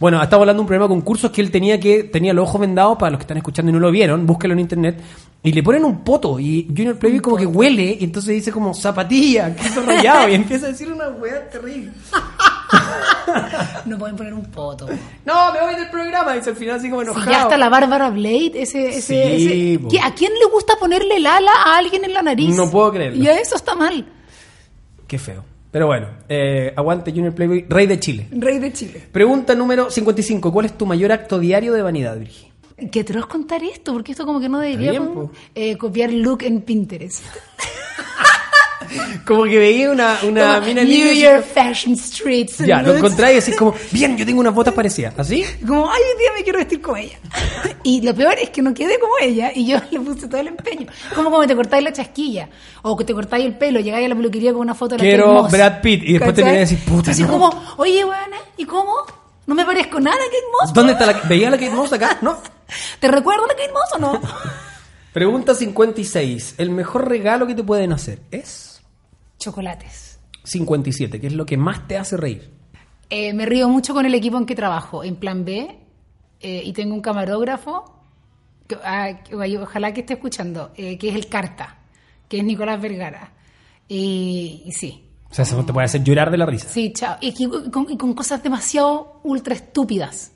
Bueno, estaba hablando de un programa de concursos que él tenía que tenía los ojos vendados para los que están escuchando y no lo vieron, búsquelo en internet y le ponen un poto y Junior Playboy como que huele y entonces dice como zapatilla, que está rayado y empieza a decir una weá terrible.
No pueden poner un poto. Si
No, me voy del programa, dice al final así como enojado.
ya está la Bárbara Blade, ese... ese,
Sí,
ese-
po.
¿Qui- ¿A quién le gusta ponerle el ala a alguien en la nariz?
No puedo creerlo.
Y a eso está mal.
Qué feo. Pero bueno, eh, aguante Junior Playboy, rey de Chile.
Rey de Chile.
Pregunta número 55, ¿cuál es tu mayor acto diario de vanidad, Virgi?
Que te vas a contar esto, porque esto como que no debería
bien, pues.
con-
po.
eh, copiar look en Pinterest.
Como que veía una, una
Como,
mina en
New
línea y-
Year Fashion Streets.
Ya, lo
Looks.
encontré y así como, bien, yo tengo unas botas parecidas. ¿Ah, ¿Así?
Como, ay, hoy día me quiero vestir como ella. Y lo peor es que no quedé como ella y yo le puse todo el empeño. Como cuando te cortáis la chasquilla o que te cortáis el pelo, llegáis a la peluquería con una foto de la
Quiero
Kate Moss.
Brad Pitt, y después te
¿Cachai?
quería decir, puta,
Así
no.
como, oye, weona, ¿y cómo? No me parezco nada a Kate Moss.
¿Dónde está
weona.
la... ¿Veía la Kate Moss acá? No.
¿Te recuerdo la Kate Moss o no?
Pregunta 56. El mejor regalo que te pueden hacer es...
Chocolates.
57, que es lo que más te hace reír.
Eh, me río mucho con el equipo en que trabajo, en plan B, eh, y tengo un camarógrafo, que- ah, que- ay, ojalá que esté escuchando, eh, que es el Carta, que es Nicolás Vergara. Y, y sí,
O sea, eso te puede hacer llorar de la risa.
sí, chao. Y, que- y con, y con cosas demasiado ultra estúpidas.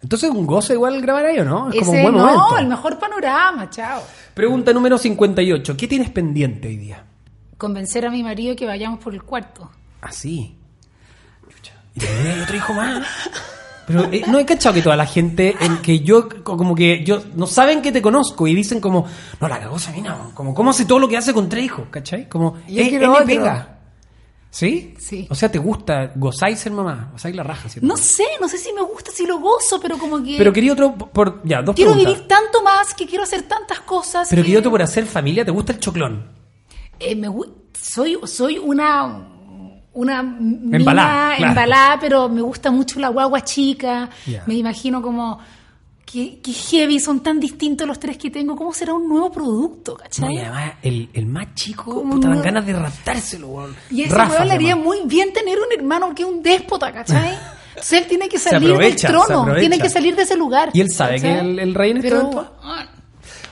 Entonces, un gozo igual grabar ahí, ¿o no? Ah, Es como un
Ese,
buen
no,
momento.
el mejor panorama, chao.
Pregunta número 58. ¿Qué tienes pendiente hoy día?
Convencer a mi marido que vayamos por el cuarto.
Así. Y también hay otro hijo más. Pero eh, no he cachado que toda la gente en que yo, co- como que yo, no saben que te conozco y dicen como, no, la cagó Sabina, weón. como, ¿cómo hace todo lo que hace con tres hijos? ¿Cachai? Como,
Yo
eh,
quiero
N
otro.
pega. ¿Sí?
Sí.
O sea, ¿te gusta? ¿Gozáis ser mamá? ¿Gozáis la raja? ¿cierto?
No sé, no sé si me gusta, si lo gozo, pero como que
Pero quería otro, por- por, ya, dos
quiero
preguntas.
vivir tanto más, que quiero hacer tantas cosas.
Pero
que-
quería otro por hacer familia, ¿te gusta el choclón?
Eh, me gu- soy, soy una una mina
Embalada, claro.
embalada, pero me gusta mucho la guagua chica.
Ya.
Me imagino como que, que heavy, son tan distintos los tres que tengo. ¿Cómo será un nuevo producto,
No,
cachai?
y además, el, el más chico,
¿Cómo
puta, dan
no?
ganas de raptárselo, weón.
y a ese
Rafa
weón
se
le haría
llama.
muy bien tener un hermano que es un déspota, ¿cachai? Entonces él tiene que
Se
salir
aprovecha,
del
se
trono,
aprovecha.
tiene que salir de ese lugar.
¿Y él sabe
¿cachai?
que el- el rey en este
Pero,
momento?
ah,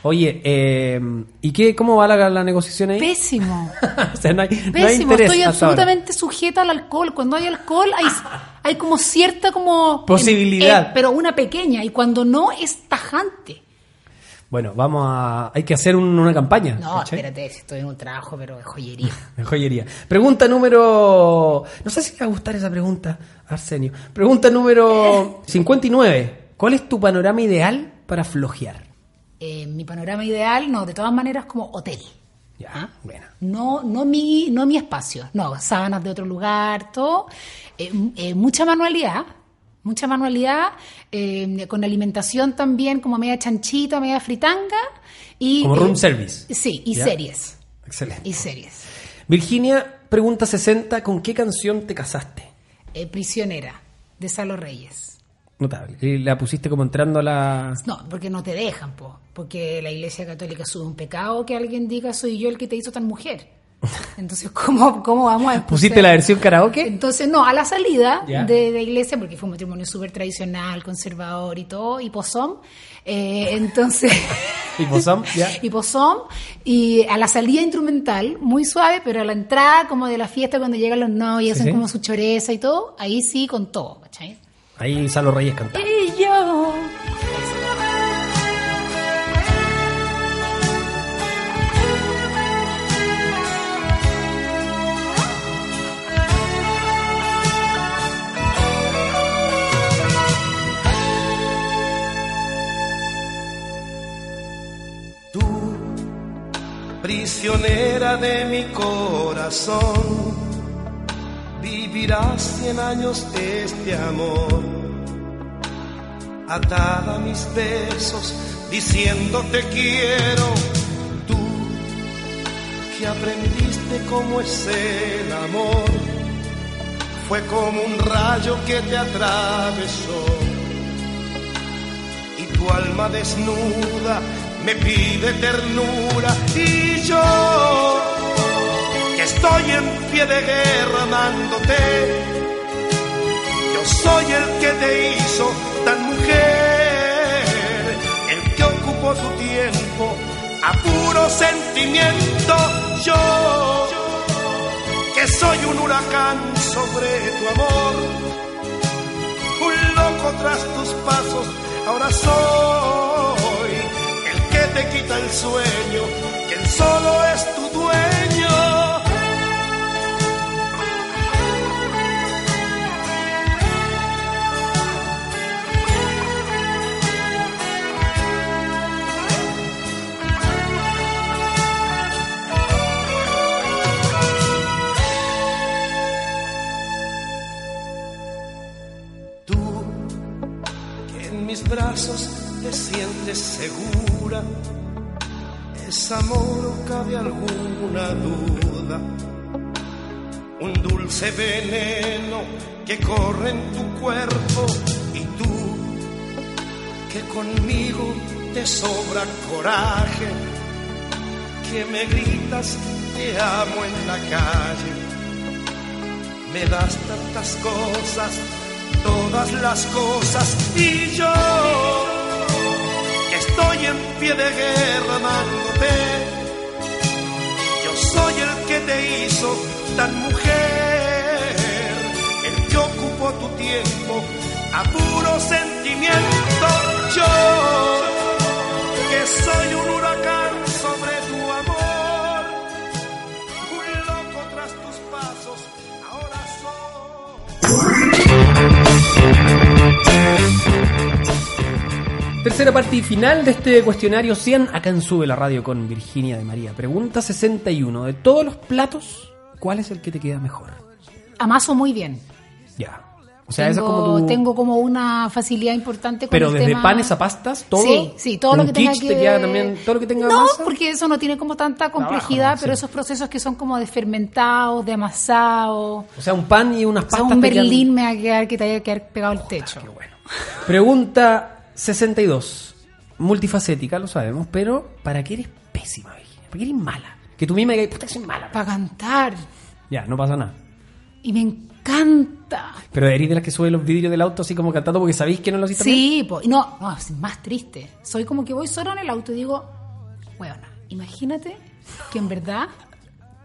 Oye, eh, ¿y qué, cómo va la, la negociación ahí?
Pésimo.
o sea, no hay, no hay
Pésimo,
interés
estoy
hasta ahora.
absolutamente sujeta al alcohol. Cuando hay alcohol hay, hay como cierta como...
Posibilidad.
eh, pero una pequeña. Y cuando no es tajante.
Bueno, vamos a... Hay que hacer un- una campaña.
No,
¿cachai?
espérate, si estoy en un trabajo, pero de joyería.
De joyería. Pregunta número... No sé si le va a gustar esa pregunta, Arsenio. Pregunta número 59. ¿Cuál es tu panorama ideal para flojear?
Eh, mi panorama ideal, no, de todas maneras como hotel.
Ya,
Ah.
bueno.
No, no, mi, no mi espacio. No, sábanas de otro lugar, todo. Eh, m- eh, mucha manualidad. Mucha manualidad, eh, con alimentación también como media chanchita, media fritanga. Y,
Como room
eh,
service.
Sí, y
Ya.
series.
Excelente.
Y series.
Virginia, pregunta 60. ¿Con qué canción te casaste?
Eh, prisionera de Salo Reyes.
Notable. Y la pusiste como entrando a la...
No, porque no te dejan, po, porque la Iglesia Católica sube un pecado que alguien diga soy yo el que te hizo tan mujer. Entonces, ¿cómo, cómo vamos a expulsar?
¿Pusiste la versión karaoke?
Entonces, no, a la salida
Ya.
de, de iglesia, porque fue un matrimonio súper tradicional, conservador y todo, y pozón. eh, entonces.
¿Y Pozón? Ya.
Y pozón. Y a la salida instrumental, muy suave, pero a la entrada, como de la fiesta, cuando llegan los novios,
Sí,
hacen
sí.
como su choreza y todo, ahí sí, con todo, ¿cachai?
Ahí Salo Reyes cantaba.
Y yo.
Tú
prisionera de mi corazón. Vivirás cien años este amor, atada a mis besos, diciendo te quiero. Tú que aprendiste cómo es el amor, fue como un rayo que te atravesó y tu alma desnuda me pide ternura y yo que estoy en pie de guerra amándote yo soy el que te hizo tan mujer el que ocupó tu tiempo a puro sentimiento yo que soy un huracán sobre tu amor un loco tras tus pasos, ahora soy el que te quita el sueño, quien solo es tu dueño. Tú que en mis brazos te sientes segura, es amor o cabe alguna duda. Un dulce veneno que corre en tu cuerpo y tú que conmigo te sobra coraje, que me gritas te amo en la calle me das tantas cosas, todas las cosas, y yo que estoy en pie de guerra amándote. Yo soy el que te hizo tan mujer, el que ocupó tu tiempo a puro sentimiento. Yo que soy un huracán sobre tu amor. Un loco tras tus pasos, ahora soy.
Tercera parte y final de este cuestionario 100, acá en Sube la Radio con Virginia de María. Pregunta 61. De todos los platos, ¿cuál es el que te queda mejor?
Amaso muy bien.
Ya. O sea, esa
tengo,
es como tu...
tengo como una facilidad importante con
Pero
el
desde
tema-
panes a pastas, todo.
Sí, sí, todo
Con
lo que tenga
quiche
que
te queda también todo lo que tenga
No,
masa.
porque eso no tiene como tanta complejidad,
Trabajo,
pero
sí.
esos procesos que son como de fermentados, de amasados,
O sea, un pan y unas
o sea,
pastas
un
te quedan-
berlín me va a quedar que te haya quedar pegado al techo.
Qué bueno. Pregunta 62. Multifacética, lo sabemos, pero ¿para qué eres pésima, Virginia? ¿Para qué eres mala? Que tú misma digas, puta, soy mala.
Para cantar.
Ya, no pasa nada.
Y me encanta.
Pero eres de las que sube los vidrios del auto así como cantando porque sabéis que no lo hiciste bien.
Sí, po. Y no, no, es más triste. Soy como que voy sola en el auto y digo, weona, imagínate que en verdad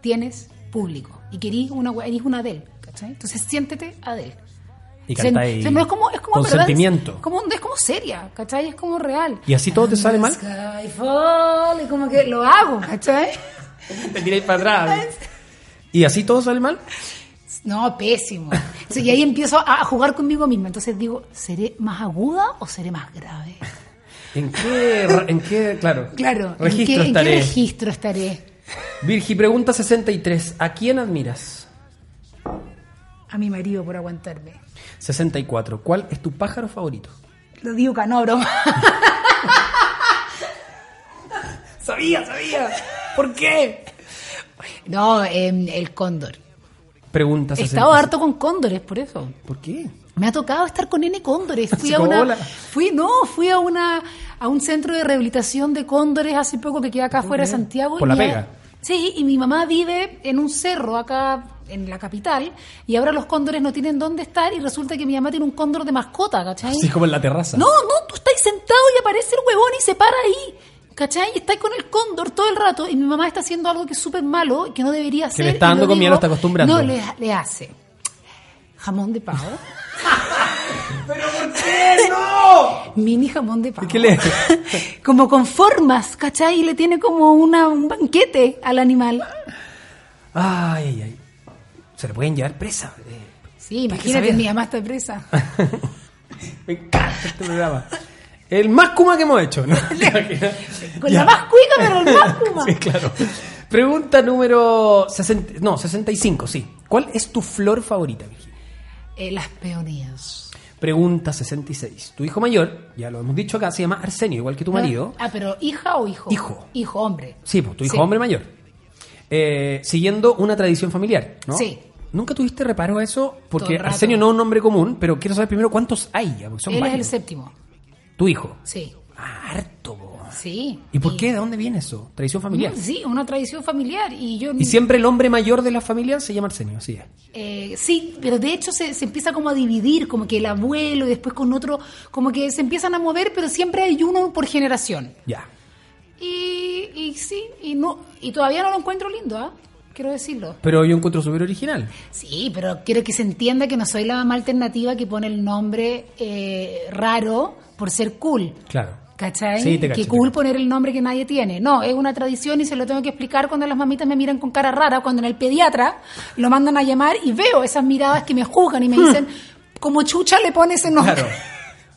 tienes público y querís una, we- eres una Adele, ¿cachai? Entonces siéntete Adele.
Y
Se-
cantáis
se- pero es como, es como
con
en verdad, es-
sentimiento.
como, es como seria, ¿cachai? Es como real.
¿Y así todo te sale mal?
Skyfall, y como que lo hago, ¿cachai?
Te tiráis para atrás. ¿Y así todo sale mal?
No, pésimo. Entonces, y ahí empiezo a jugar conmigo misma. Entonces digo, ¿seré más aguda o seré más grave?
¿En qué, ra- en qué claro,
Claro, ¿en
registro
qué- ¿en qué
estaré?
registro estaré?
Virgi, pregunta 63. ¿A quién admiras?
a mi marido por aguantarme.
64. ¿Cuál es tu pájaro favorito?
Lo digo canobro.
Sabía, sabía. ¿Por qué?
No, em, el cóndor.
Pregunta
He
60.
estado harto con cóndores, por eso.
¿Por qué?
Me ha tocado estar con N cóndores. Fui
Así
a
como,
una,
"Hola".
fui no, fui a una a un centro de rehabilitación de cóndores hace poco que queda acá afuera de Santiago.
Por La
y a-
Pega.
sí, y mi mamá vive en un cerro acá en la capital y ahora los cóndores no tienen dónde estar y resulta que mi mamá tiene un cóndor de mascota, ¿cachai?
Así como en la terraza.
No, no, tú estás sentado y aparece el huevón y se para ahí. ¿Cachai? Y estáis con el cóndor todo el rato y mi mamá está haciendo algo que es súper malo y que no debería hacer.
le está
y
dando
yo
comida,
digo,
lo está acostumbrando.
No, le, le hace jamón de pavo. ¿Pero por qué? ¡No! Mini jamón de pavo.
qué le-
como con formas, ¿cachai? Y le tiene como una, un banquete al animal.
Ay, ay, ay. Se le pueden llevar presa. eh. Hay
Sí,
que
imagínate,
saber.
mi mamá está presa.
Me encanta este programa. El más kuma que hemos hecho, ¿no? ¿Te imaginas?
Con
Ya.
la más cuica, pero el más kuma.
Sí, claro. Pregunta número 60, no, 65, sí. ¿Cuál es tu flor favorita, Virginia?
Eh, las peonías.
Pregunta 66. Tu hijo mayor, ya lo hemos dicho acá, se llama Arsenio, igual que tu marido.
Ah, pero hija o hijo?
Hijo.
Hijo, hombre.
Sí, pues tu hijo hombre mayor. Eh, siguiendo una tradición familiar, ¿no?
Sí.
¿Nunca tuviste reparo a eso?
Todo
Porque
el rato.
Arsenio no es un nombre común, pero quiero saber primero cuántos hay. ya, porque son
Él es el
varios.
séptimo.
Tu hijo.
Sí.
Ah, harto. po.
Sí.
¿Y por qué? ¿De dónde viene eso? Tradición familiar.
Sí, una tradición familiar. Y yo
Y siempre el hombre mayor de la familia se llama Arsenio, así es.
Eh, sí, pero de hecho se, se empieza como a dividir, como que el abuelo y después con otro, como que se empiezan a mover, pero siempre hay uno por generación.
Ya.
Y, y sí, y no, y todavía no lo encuentro lindo, ¿ah? Quiero decirlo.
Pero yo encuentro súper original.
Sí, pero quiero que se entienda que no soy la mamá alternativa que pone el nombre eh, raro por ser cool.
Claro.
¿Cachai?
Sí, te cacho,
que
te
cool
cacho.
poner el nombre que nadie tiene. No, es una tradición y se lo tengo que explicar cuando las mamitas me miran con cara rara, cuando en el pediatra lo mandan a llamar y veo esas miradas que me juzgan y me dicen, como chucha le pone ese nombre.
Hmm. Claro.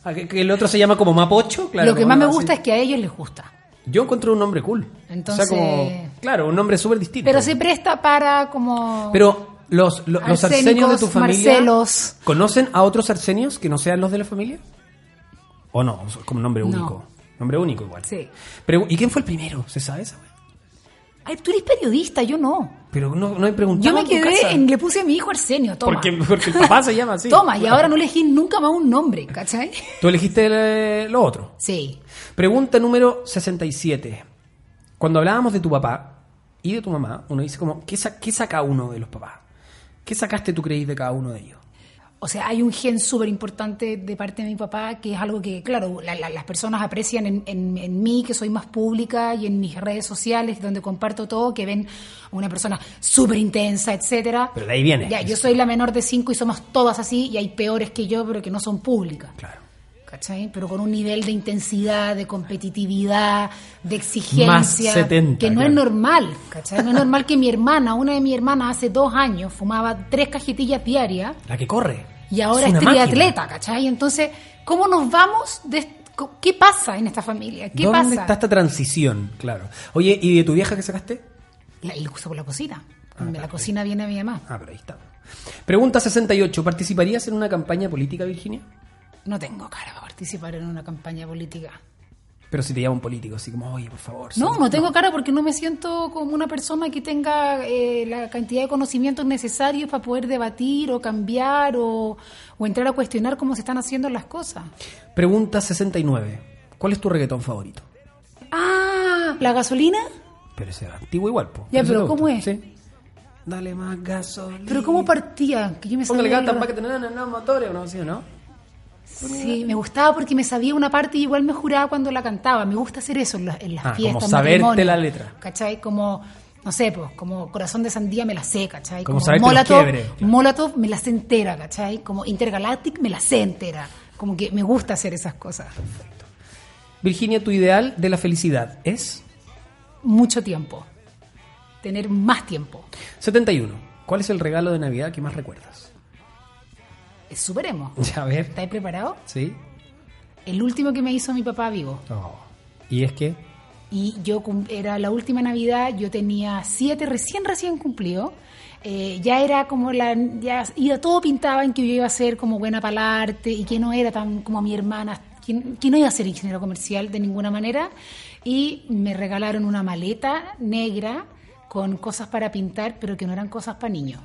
Ah, que- que El otro se llama como Mapocho, claro.
lo que
como
más me
algo
gusta
así.
es que a ellos les gusta.
Yo encuentro un nombre cool.
Entonces-
O sea, como. Claro, un nombre súper distinto.
Pero se presta para como...
Pero los, lo- los arsenios de tu
Arsénicos,
familia.
Marcelos.
¿Conocen a otros arsenios que no sean los de la familia? ¿O no? Es Como nombre
No.
único. Nombre único igual.
Sí.
Pero, ¿Y quién fue el primero? ¿Se sabe esa? wea?
Ay, tú eres periodista, yo no.
Pero no, no he preguntado.
Yo me
en tu casa.
quedé en... Le puse a mi hijo Arsenio, toma.
Porque, porque el papá se llama así.
Toma, y ahora no elegí nunca más un nombre, ¿cachai?
Tú elegiste el- lo otro.
Sí.
Pregunta número 67. Cuando hablábamos de tu papá y de tu mamá, uno dice como, ¿qué, sa- qué saca uno de los papás? ¿Qué sacaste tú creís de cada uno de ellos?
O sea, hay un gen súper importante de parte de mi papá, que es algo que, claro, la- la- las personas aprecian en, en- en mí, que soy más pública, y en mis redes sociales, donde comparto todo, que ven una persona súper intensa, etcétera.
Pero de ahí viene.
Ya, yo soy la menor de cinco y somos todas así, y hay peores que yo, pero que no son públicas.
Claro.
¿Cachai? Pero con un nivel de intensidad, de competitividad, de exigencia,
Más 70,
que no
claro.
es normal. ¿Cachai? No es normal que mi hermana, una de mis hermanas hace dos años, fumaba tres cajetillas diarias
La que corre.
y ahora
una
es
máquina.
triatleta, ¿cachai? Entonces, ¿cómo nos vamos? De, co- ¿Qué pasa en esta familia? ¿Qué
¿Dónde
pasa?
está esta transición? Claro. Oye, ¿y de tu vieja qué sacaste?
La- el gusto por la cocina. de la cocina viene mi mamá.
Ah, pero ahí está. Pregunta 68. ¿Participarías en una campaña política, Virginia?
No tengo cara para participar en una campaña política.
Pero si te llama un político, así como, oye, por favor.
No,
sí".
no tengo cara porque no me siento como una persona que tenga eh, la cantidad de conocimientos necesarios para poder debatir o cambiar o, o entrar a cuestionar cómo se están haciendo las cosas.
Pregunta 69. ¿Cuál es tu reggaetón favorito?
Ah, la gasolina.
Pero ese es antiguo igual, po.
Ya,
ese
pero
me gusta,
¿cómo es?
sí. Dale más gasolina.
Pero cómo partía, que yo me
Póngale
sabía
gata,
la-
empaquete, no, no, no, motores, ¿o no? ¿Sí o no?
Sí, me gustaba porque me sabía una parte y igual me juraba cuando la cantaba. Me gusta hacer eso en, la- en las
Ah, como
fiestas. en
saberte
matrimonios,
la letra.
¿Cachai? Como, no sé, pues, como Corazón de Sandía me la sé, ¿cachai?
Como saberte los quiebres, claro.
Molotov me la sé entera, ¿cachai? Como Intergalactic me la sé entera. Como que me gusta hacer esas cosas.
Virginia, tu ideal de la felicidad es
Mucho tiempo. Tener más tiempo.
71. ¿Cuál es el regalo de Navidad que más recuerdas?
Eh, Superemos.
Ya, a ver.
¿Estáis preparados?
¿Sí?
El último que me hizo mi papá vivo.
Oh. ¿Y es que?
Y yo cum- era la última Navidad, yo tenía siete recién, recién cumplido. Eh, ya era como la. Ya, y todo pintaba en que yo iba a ser como buena para el arte y que no era tan como mi hermana, que, que no iba a ser ingeniero comercial de ninguna manera. Y me regalaron una maleta negra con cosas para pintar, pero que no eran cosas para niños.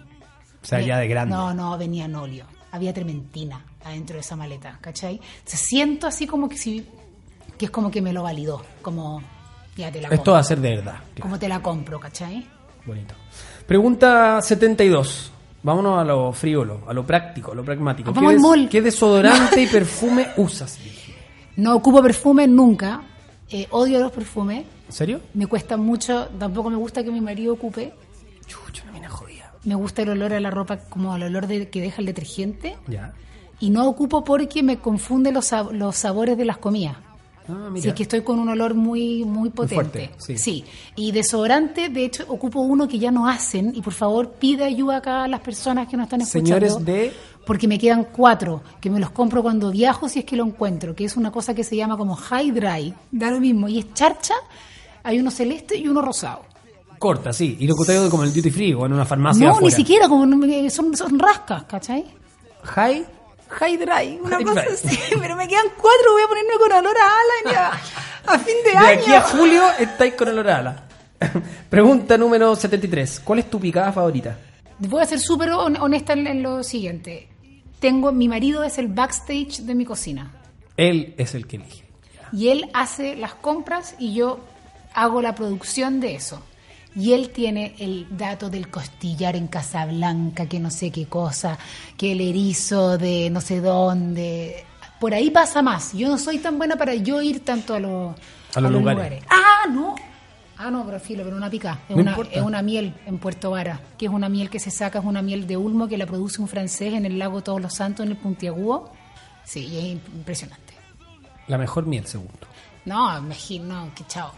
O sea, ya de grande.
No, no, venía en óleo. Había trementina adentro de esa maleta, ¿cachai? Se siento así como que si, que es como que me lo validó, como ya te la
Esto
compro.
va a ser de verdad. Claro.
Como te la compro, ¿cachai?
Bonito. Pregunta 72. Vámonos a lo frívolo, a lo práctico, a lo pragmático.
Ah, Vamos al
des-
mall.
qué desodorante y perfume usas? Virginia?
No ocupo perfume nunca, eh, odio los perfumes,
¿En serio?
me cuesta mucho, tampoco me gusta que mi marido ocupe,
Chucho, una mina jodida.
me gusta el olor a la ropa como el olor de, que deja el detergente
Ya.
y no ocupo porque me confunde los, sab- los sabores de las comidas.
Ah, mira.
Si es que estoy con un olor muy, muy potente.
fuerte, sí.
Y desodorante, de hecho, ocupo uno que ya no hacen. Y por favor, pida ayuda acá a las personas que nos están escuchando.
Señores de-
Porque me quedan cuatro, que me los compro cuando viajo si es que lo encuentro. Que es una cosa que se llama como high dry. Da lo mismo. Y es charcha. Hay uno celeste y uno rosado.
Corta, sí. Y lo que traigo como en el duty free o en una farmacia.
no, ni
Ah, afuera.
siquiera. como no me- son, son rascas, ¿cachai?
High.
High dry, una
High
cosa
dry.
así, pero me quedan cuatro, voy a ponerme con olor a Alan ya, a fin de,
De
año.
aquí a julio estáis con el orala. Pregunta número 73. ¿Cuál es tu picada favorita?
Voy a ser súper hon- honesta en, en lo siguiente. Tengo, mi marido es el backstage de mi cocina
Él es el que elige.
y él hace las compras y yo hago la producción de eso. Y él tiene el dato del costillar en Casablanca, que no sé qué cosa, que el erizo de no sé dónde. Por ahí pasa más. Yo no soy tan buena para yo ir tanto a, los-
A los lugares.
Ah, no. Ah, no, pero filo, pero una pica. Es,
No
una,
importa.
es una miel en Puerto Vara, que es una miel que se saca, es una miel de Ulmo que la produce un francés en el lago Todos los Santos, en el Puntiagudo. Sí, y es impresionante.
La mejor miel, segundo.
No, imagino, que chao.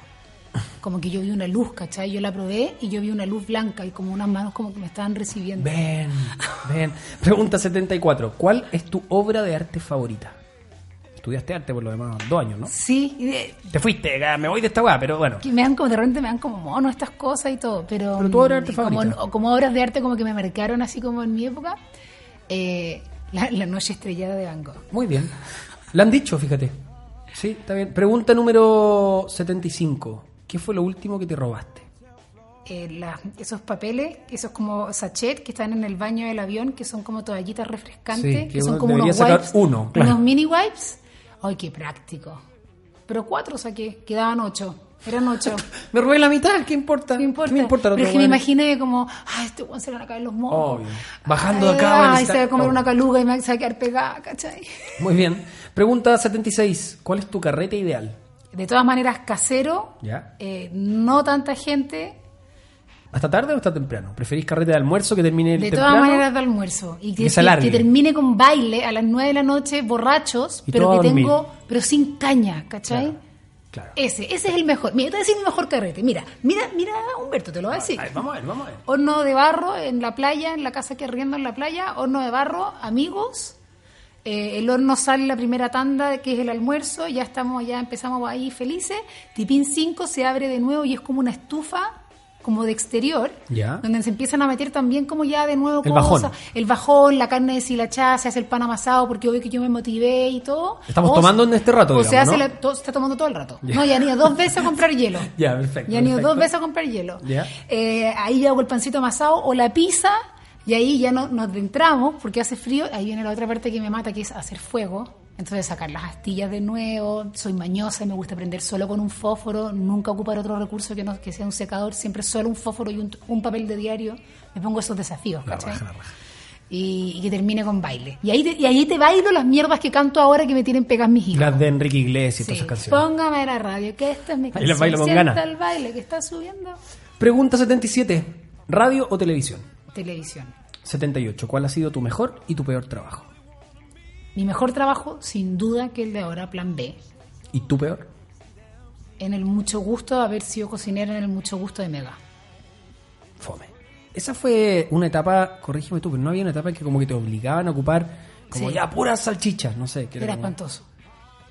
Como que yo vi una luz, ¿cachai? Yo la probé y yo vi una luz blanca y como unas manos como que me estaban recibiendo.
Ven, ven. Pregunta 74. ¿Cuál es tu obra de arte favorita? Estudiaste arte por lo demás dos años, ¿no?
Sí, y de-
Te fuiste, ca- me voy de esta weá, pero bueno.
que me dan como de repente me dan como mono estas cosas y todo pero,
Pero tu obra de arte
mm, como,
favorita.
o como obras de arte como que me marcaron así como en mi época eh, la, la noche estrellada de Van Gogh
Muy bien. La han dicho, fíjate. Sí, está bien. Pregunta número 75. ¿Qué fue lo último que te robaste?
Eh, la- esos papeles esos como sachet que están en el baño del avión que son como toallitas refrescantes
Sí, que
que son
uno
como
debería
unos
sacar
wipes
uno, claro.
unos mini wipes ay qué práctico pero cuatro saqué quedaban ocho eran ocho
Me robé la mitad, ¿qué importa?
No importa.
¿Qué me importa lo
Pero
otro,
es que me
weón?
imaginé como, ay, este weón se le van a caer los mocos.
Obvio. Bajando de acá, van a
Ay, se va
estar-
a comer
Oh.
una caluga y me va a quedar pegada, ¿cachai?
Muy bien. Pregunta 76. ¿Cuál es tu carrete ideal?
De todas maneras, casero,
Ya.
eh, no tanta gente,
¿Hasta tarde o hasta temprano? ¿Preferís carrete de almuerzo que termine
de
temprano?
todas maneras de almuerzo. Y
Que
que,
se
que-
alargue.
que termine con baile a las 9 de la noche, borrachos,
Y todo
pero
a
que
dormir.
tengo, pero sin caña, ¿cachai?
Claro, claro.
Ese, ese es el mejor. Mira, te voy a decir mi mejor carrete. Mira, mira, mira, Humberto, te lo voy a decir.
A ver, vamos a ver, vamos a ver.
Horno de barro en la playa, en la casa que arriendo en la playa, horno de barro, amigos. Eh, el horno sale la primera tanda, que es el almuerzo, ya estamos, ya empezamos ahí felices. Tipín 5 se abre de nuevo y es como una estufa, como de exterior,
Ya.
donde se empiezan a meter también como ya de nuevo
El bajón.
cosas. El bajón, la carne deshilachada, se hace el pan amasado porque obvio que yo me motivé y todo.
Estamos
O-
tomando en este rato,
O se
digamos,
hace
¿no?
la- todo- se está tomando todo el rato. No, ya han ido dos veces a comprar hielo.
Ya, perfecto,
Ya han ido
perfecto.
dos veces a comprar hielo.
Ya.
Eh, ahí ya hago el pancito amasado o la pizza y ahí ya no, nos adentramos porque hace frío. Ahí viene la otra parte que me mata, que es hacer fuego. Entonces sacar las astillas de nuevo. Soy mañosa y me gusta prender solo con un fósforo. Nunca ocupar otro recurso que no que sea un secador. Siempre solo un fósforo y un, un papel de diario. Me pongo esos desafíos, ¿cachai? Y, y que termine con baile. Y ahí, te, y ahí te bailo las mierdas que canto ahora que me tienen pegadas mis hijos.
Las de Enrique Iglesias y todas
Sí,
esas canciones.
Póngame la radio, que esta es mi canción.
las bailo con
Sienta
ganas.
el baile que está subiendo.
Pregunta 77. ¿Radio o televisión?
Televisión.
78. ¿Cuál ha sido tu mejor y tu peor trabajo?
Mi mejor trabajo, sin duda, que el de ahora, Plan B.
¿Y tu peor?
En el mucho gusto de haber sido cocinero, en el mucho gusto de Mega.
Fome. Esa fue una etapa, corrígeme tú, pero no había una etapa en que como que te obligaban a ocupar como
Sí.
ya puras salchichas, no sé. que
Era
como-
espantoso,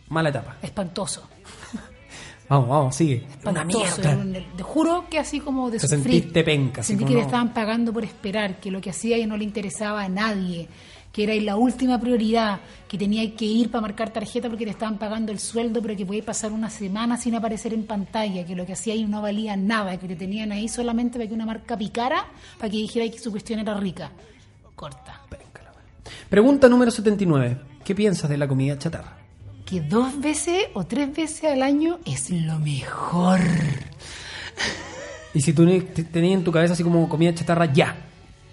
Mala etapa.
espantoso,
Vamos, vamos, sigue.
espantoso.
mierda.
Era un- Te juro que así como de
Te
sufrir.
sentiste penca, así
Sentí
como
que
no.
te estaban pagando por esperar, que lo que hacía y no le interesaba a nadie, que era la última prioridad, que tenía que ir para marcar tarjeta porque te estaban pagando el sueldo, pero que podía pasar una semana sin aparecer en pantalla, que lo que hacía ahí no valía nada, que te tenían ahí solamente para que una marca picara, para que dijera que su cuestión era rica. Corta.
Penca la wea. Pregunta número 79. ¿Qué piensas de la comida chatarra?
que dos veces o tres veces al año es lo mejor.
Y si tú ne- te- tenías en tu cabeza así como comida chatarra ya,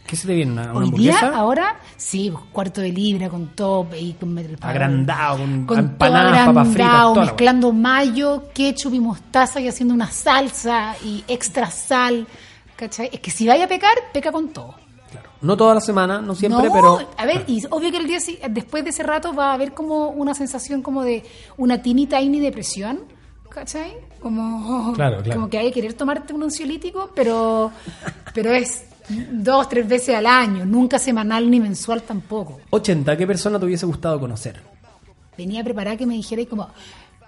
¿qué se te viene? ¿Una, una
Hoy día,
hamburguesa?
ahora, sí, pues, cuarto de libra con top y con
Agrandado, con empanadas,
todo
papas fritas,
agrandado,
toda la
mezclando mayo, ketchup y mostaza y haciendo una salsa y extra sal. ¿Cachai? Es que si vaya a pecar, peca con todo.
Claro. No toda la semana, no siempre,
No,
pero.
A ver, y obvio que el día si- después de ese rato va a haber como una sensación como de una tiny tiny depresión, ¿cachai? Como,
Claro, claro.
como que hay que querer tomarte un ansiolítico, pero, pero es dos, tres veces al año, nunca semanal ni mensual tampoco.
80, ¿qué persona te hubiese gustado conocer?
Venía preparada que me dijera y como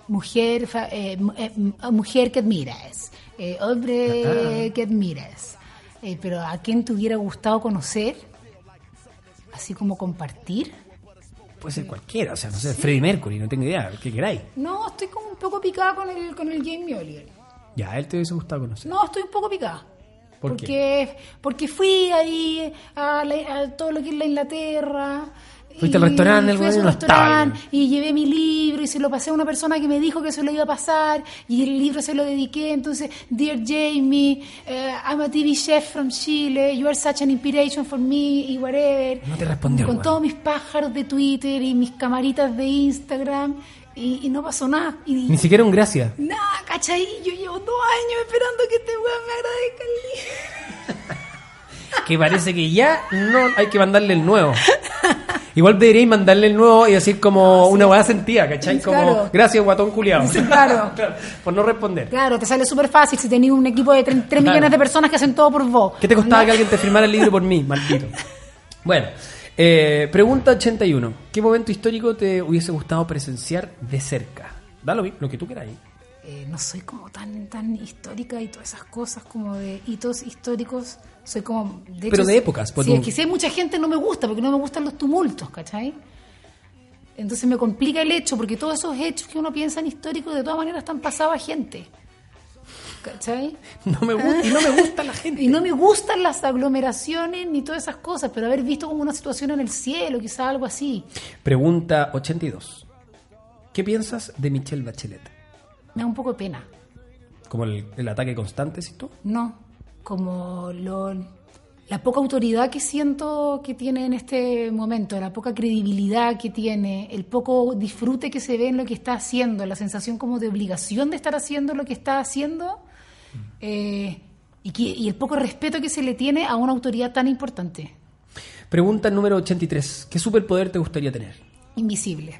mujer fa- eh, mu- eh, m- mujer que admiras, eh,
Ah.
hombre que admiras. Eh, pero a quién te hubiera gustado conocer, así como compartir.
Puede ser cualquiera, o sea, no sé, Freddie Mercury, no tengo idea, ¿qué queráis?
No, estoy como un poco picada con el, con el Jamie Oliver.
Ya, él te hubiese gustado conocer.
No, estoy un poco picada.
¿Por
porque, Porque fui ahí a, la- a todo lo que es la Inglaterra.
Fuiste al restaurante, el
fui a su
güey no estaba
restaurante
ahí.
y llevé mi libro y se lo pasé a una persona que me dijo que se lo iba a pasar y el libro se lo dediqué. Entonces, Dear Jamie, eh, I'm a TV chef from Chile, you are such an inspiration for me y whatever.
No te respondió,
Con
güey.
todos mis pájaros de Twitter y mis camaritas de Instagram y, y no pasó nada. Y,
Ni siquiera un gracias.
Nah, ¿cachai? Yo llevo dos años esperando que este weón me agradezca el libro.
Que parece que ya no hay que mandarle el nuevo. Igual deberíais mandarle el nuevo y decir como una hueá sentida, ¿cachai? Como,
Ah, Claro.
gracias, guatón culiado.
Sí, claro.
Por no responder.
Claro, te sale súper fácil si tenés un equipo de 3 millones de personas que hacen todo por vos.
¿Qué te costaba que alguien te firmara el libro por mí, maldito? Bueno, eh, pregunta 81. ¿Qué momento histórico te hubiese gustado presenciar de cerca? Da lo, mi- lo que tú queráis.
Eh, no soy como tan, tan histórica y todas esas cosas como de hitos históricos. Soy como... De
Pero
hecho,
de épocas, pues,
Sí,
tú-
es que si hay mucha gente no me gusta porque no me gustan los tumultos, ¿cachai? Entonces me complica el hecho porque todos esos hechos que uno piensa en históricos de todas maneras están pasados a gente. ¿Cachai?
No me gusta, y no me gusta la gente.
Y no me gustan las aglomeraciones ni todas esas cosas, pero haber visto como una situación en el cielo, quizá algo así.
Pregunta 82. ¿Qué piensas de Michelle Bachelet?
Me da un poco de pena.
¿Como el, el ataque constante, si tú?
No, como lo, la poca autoridad que siento que tiene en este momento, la poca credibilidad que tiene, el poco disfrute que se ve en lo que está haciendo, la sensación como de obligación de estar haciendo lo que está haciendo
Mm.
eh, y, que- y el poco respeto que se le tiene a una autoridad tan importante,
Pregunta número 83. ¿Qué superpoder te gustaría tener?
invisible.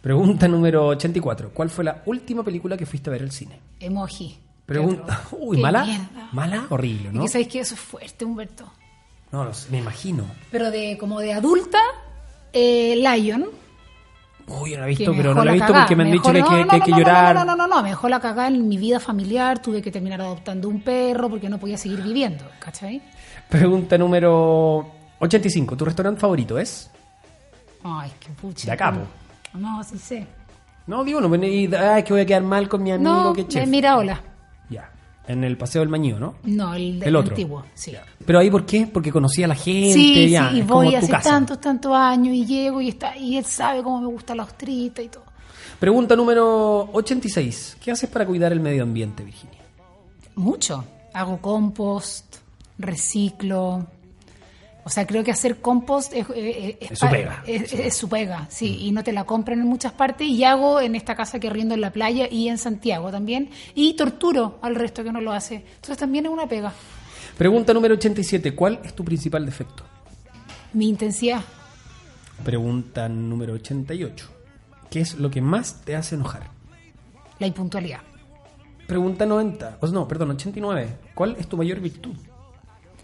Pregunta número 84. ¿Cuál fue la última película que fuiste a ver al cine?
Emoji.
Pregunta.
Qué atroz.
Uy,
Qué
mala.
mierda.
Mala, horrible,
Y
¿no?
que sabéis que eso es fuerte, Humberto.
No, lo sé, me imagino.
Pero de como de adulta, eh, Lion.
Uy, no la he
que
visto,
me
pero
dejó
no la he visto
cagá,
porque me han dicho
dejó-
que, hay
no,
que-
no,
que hay
no,
que
no, no,
llorar.
No, no, no, no, me dejó la cagada en mi vida familiar, tuve que terminar adoptando un perro porque no podía seguir viviendo, ¿cachai?
Pregunta número 85. ¿Tu restaurante favorito es?
Ay, qué pucha.
De acá, po.
No, sí sé.
No, digo, no. y- Ay, que voy a quedar mal con mi amigo
No,
que es
de
chef.
Miraola.
Ya. En el Paseo del Mañío, ¿no?
No, el,
El otro.
antiguo, sí.
Pero ahí, ¿por qué? Porque conocí a la gente.
Sí,
ya,
sí, y
es como
voy
tu
hace
casa.
tantos, tantos años y llego y está y él sabe cómo me gusta la ostrita y todo.
Pregunta número 86. ¿Qué haces para cuidar el medio ambiente, Virginia?
Mucho. Hago compost, reciclo. O sea, creo que hacer compost es, eh, eh,
Es su
pa-
pega. Mm.
Es, es su pega, sí. Y no te la compran en muchas partes. Y hago en esta casa que riendo en la playa y en Santiago también. Y torturo al resto que no lo hace. Entonces también es una pega.
Pregunta número 87. ¿Cuál es tu principal defecto?
Mi intensidad.
Pregunta número 88. ¿Qué es lo que más te hace enojar?
La impuntualidad.
Pregunta 90. O no, perdón, 89. ¿Cuál es tu mayor virtud?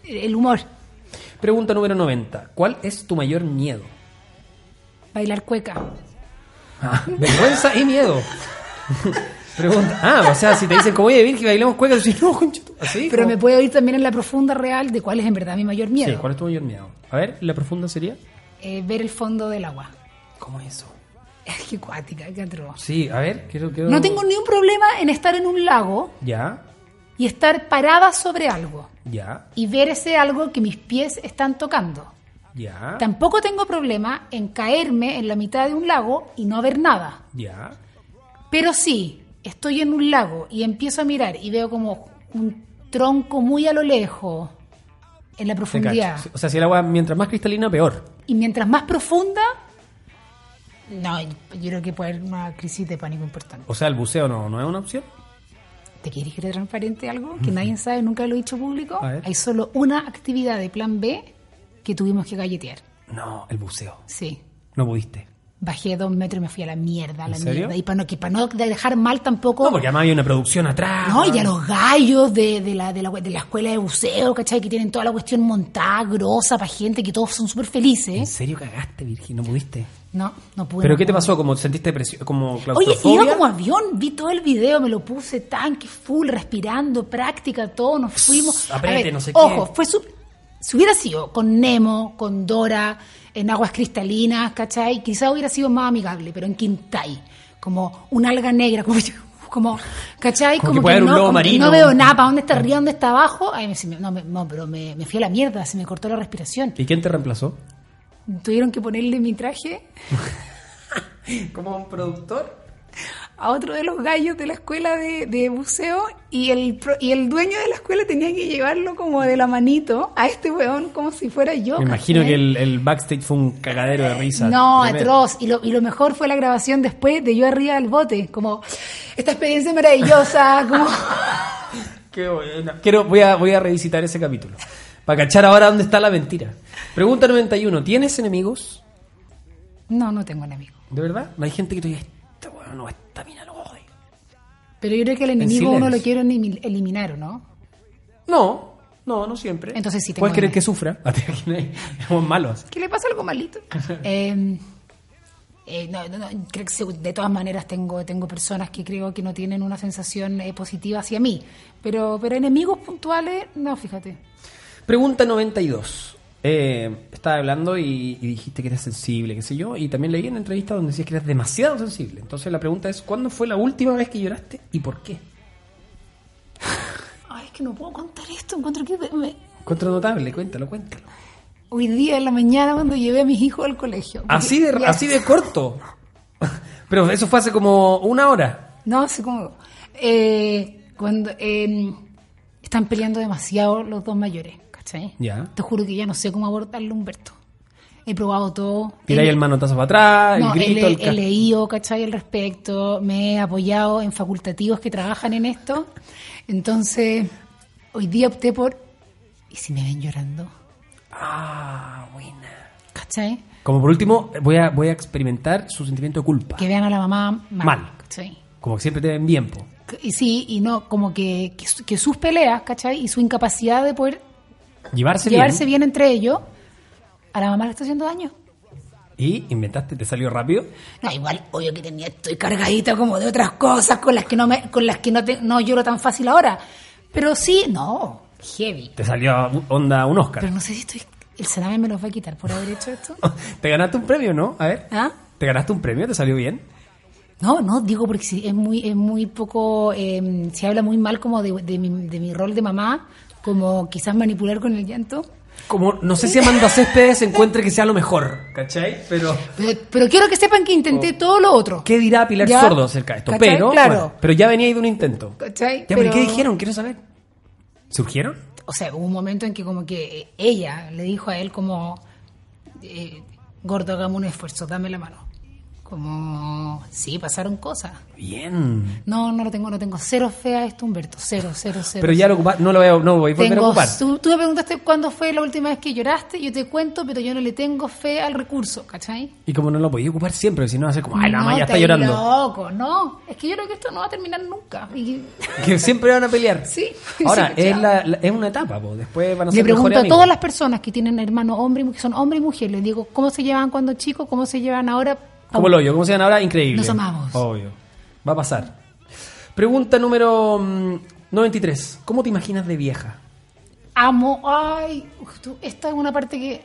El humor.
Pregunta número 90. ¿Cuál es tu mayor miedo?
Bailar cueca.
Ah, vergüenza y miedo. Pregunta. Ah, o sea, si te dicen como, oye, Virgi, bailemos cueca, tú dices, no, concha tu-". Así.
Pero
como-
me puedo ir también en la profunda real de cuál es en verdad mi mayor miedo.
Oh. Sí, ¿cuál es tu mayor miedo? A ver, la profunda sería.
Eh, ver el fondo del agua.
¿Cómo es eso?
Es que cuática, qué atroz.
Sí, a ver, quiero. quiero...
No tengo ni un problema en estar en un lago
Ya,
y estar parada sobre algo
ya,
y ver ese algo que mis pies están tocando.
ya,
Tampoco tengo problema en caerme en la mitad de un lago y no ver nada.
ya.
Pero sí, estoy en un lago y empiezo a mirar y veo como un tronco muy a lo lejos en la
Te
profundidad.
cacho. O sea, si el agua, mientras más cristalina, peor.
Y mientras más profunda, no, yo creo que puede haber una crisis de pánico importante.
O sea, el buceo no, no es una opción.
¿Te quieres creer transparente algo que nadie sabe, nunca lo he dicho público?
A ver.
Hay solo una actividad de plan B que tuvimos que galletear.
No, el buceo.
Sí.
No pudiste.
Bajé dos metros y me fui a la mierda, a la
¿En serio?
mierda. Y para no, que para no dejar mal tampoco.
No, porque además había una producción atrás.
No, y a los gallos de, de la, de, la, de la escuela de buceo, ¿cachai? Que tienen toda la cuestión montada, grosa, para gente, que todos son súper
¿En
felices.
serio cagaste, Virgin? No pudiste.
No, no pude.
¿Pero
no
qué te
pude.
pasó? ¿Como sentiste presión? ¿Como
Oye,
claustrofobia?
iba como avión, vi todo el video, me lo puse tanque, full, respirando, práctica, todo, nos fuimos. A
apriete,
ver,
no sé qué.
Ojo, fue su- si hubiera sido con Nemo, con Dora, en aguas cristalinas, ¿cachai? Quizá hubiera sido más amigable, pero en Quintay, como un alga negra, como, como ¿cachai?
Como que puede haber un
no,
lobo
como que
marino. Ah.
no veo nada, ¿para dónde está arriba, dónde está abajo? Ay, me- se me- no, me- no, pero me, me fui a la mierda, se me cortó la respiración.
¿Y quién te reemplazó?
Tuvieron que ponerle mi traje
¿Como un productor?
a otro de los gallos de la escuela de, de buceo y el, pro- y el dueño de la escuela tenía que llevarlo como de la manito a este weón como si fuera yo.
Me imagino
¿cachai?
que el, el backstage fue un cagadero de risa.
No, atroz. Y lo, y lo mejor fue la grabación después de yo arriba del bote. Como, esta experiencia es maravillosa. Como...
Qué buena. Quiero, voy, a, voy a revisitar ese capítulo. Para cachar ahora dónde está la mentira. Pregunta 91. ¿Tienes enemigos?
No, no tengo un amigo.
¿De verdad? No hay gente que te diga, esta weón no, esta mina lo odio.
Pero yo creo que el
enemigo
enemigo
uno
uno
silencio.
lo
lo
quiere eliminar, ¿o no?
No, no, no siempre.
Entonces sí tengo
Puedes querer
enemigos.
que sufra. Somos malos.
¿Qué le pasa algo malito? Eh, eh, no, no, no, creo que se- de todas maneras tengo, tengo personas que creo que no tienen una sensación eh, positiva hacia mí. Pero, pero enemigos puntuales, no, fíjate.
Pregunta 92. Eh, estaba hablando y, y dijiste que eras sensible, qué sé yo, y también leí en entrevista donde decías que eras demasiado sensible. Entonces la pregunta es, ¿cuándo fue la última vez que lloraste y por qué?
Ay, es que no puedo contar esto. Encuentro que me-
Encuentro notable, cuéntalo, cuéntalo.
hoy día en la mañana cuando llevé a mis hijos al colegio. Porque-
Así de,
ya,
así de corto. Pero eso fue hace como una hora.
No, así como... eh, cuando eh, están peleando demasiado los dos mayores, ¿cachai?
Ya.
Te juro que ya no sé cómo abordarle a Humberto. He probado todo.
Tiráis
Él-
el manotazo para atrás,
No,
Ah, el grito,
he,
el, ca-
he leído, ¿cachai? Al respecto, me he apoyado en facultativos que trabajan en esto. Entonces, hoy día opté por. ¿Y si me ven llorando?
Ah, buena.
¿cachai?
Como por último, voy a, voy a experimentar su sentimiento de culpa.
Que vean a la mamá mal.
Mal.
¿cachai?
Como que siempre te ven bien, po.
Y sí, y no, como que, que, su- que sus peleas, ¿cachai? Y su incapacidad de poder
Llevarse,
llevarse bien entre ellos, a la mamá le está haciendo daño.
Y inventaste, te salió rápido.
No, igual, obvio que tenía, estoy cargadita como de otras cosas con las que no me, con las que no, te- no lloro tan fácil ahora. Pero sí, no, heavy.
Te salió onda un Oscar.
Pero no sé si estoy. El salame me los va a quitar por haber hecho esto.
Te ganaste un premio, ¿no? A ver.
¿Ah?
¿Te ganaste un premio? ¿Te salió bien?
No, no, digo porque sí, es muy, es muy poco. eh, se habla muy mal como de, de mi, de mi rol de mamá, como quizás manipular con el llanto.
Como, no sé si Amanda Céspedes encuentre que sea lo mejor, ¿cachai? Pero...
Pero, pero quiero que sepan que intenté todo lo otro.
Oh. ¿Qué dirá Pilar
Ya,
Sordo acerca de esto?
¿cachai?
Pero,
Claro.
bueno, pero ya venía ahí de un intento.
¿Cachai?
Ya, pero ¿y
Pero-
¿qué dijeron? Quiero saber. ¿Surgieron?
o sea, hubo un momento en que como que eh, ella le dijo a él como, eh, gordo, hagamos un esfuerzo, dame la mano. Como, sí, pasaron cosas.
Bien.
No, no lo tengo, no tengo cero fe a esto, Humberto, cero, cero, cero.
Pero ya lo ocupa- no lo voy a, no voy a volver a
tengo,
ocupar.
tú, tú me preguntaste cuándo fue la última vez que lloraste, yo te cuento, pero yo no le tengo fe al recurso, ¿cachai?
Y como no lo podía ocupar siempre, si no va a ser como, ay, la
No,
mamá ya está
estáis
llorando.
loco, no. Es que yo creo que esto no va a terminar nunca. Y-
Que siempre van a pelear.
Sí.
Ahora,
Sí,
es,
chao.
la- la- es una etapa, po. después van a ser
Le
mejores
pregunto a
amigos.
todas las personas que tienen hermanos hombre y mujer, son hombre y mujer, les digo, ¿cómo se llevaban cuando chicos? ¿Cómo se llevan ahora?
Como lo yo, como se llaman ahora, increíble.
Nos amamos.
Obvio. Va a pasar. Pregunta número mm, 93. ¿Cómo te imaginas de vieja?
Amo, ay, uf, tú- esta es una parte que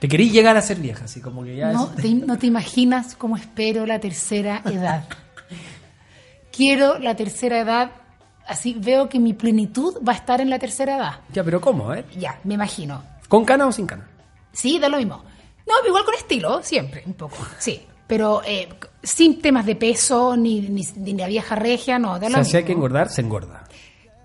¿Te querís llegar a ser vieja? Así como que ya
no
es-
te, no te imaginas cómo espero la tercera edad. Quiero la tercera edad, así veo que mi plenitud va a estar en la tercera edad.
Ya, pero ¿cómo? A ver.
Ya, me imagino.
¿Con cana o sin cana?
Sí, da lo mismo. No, pero igual con estilo, siempre, un poco. Sí, pero eh, sin temas de peso, ni, ni, ni la vieja regia, no, da
O
lo
sea, si hay
mismo.
que engordar, se engorda.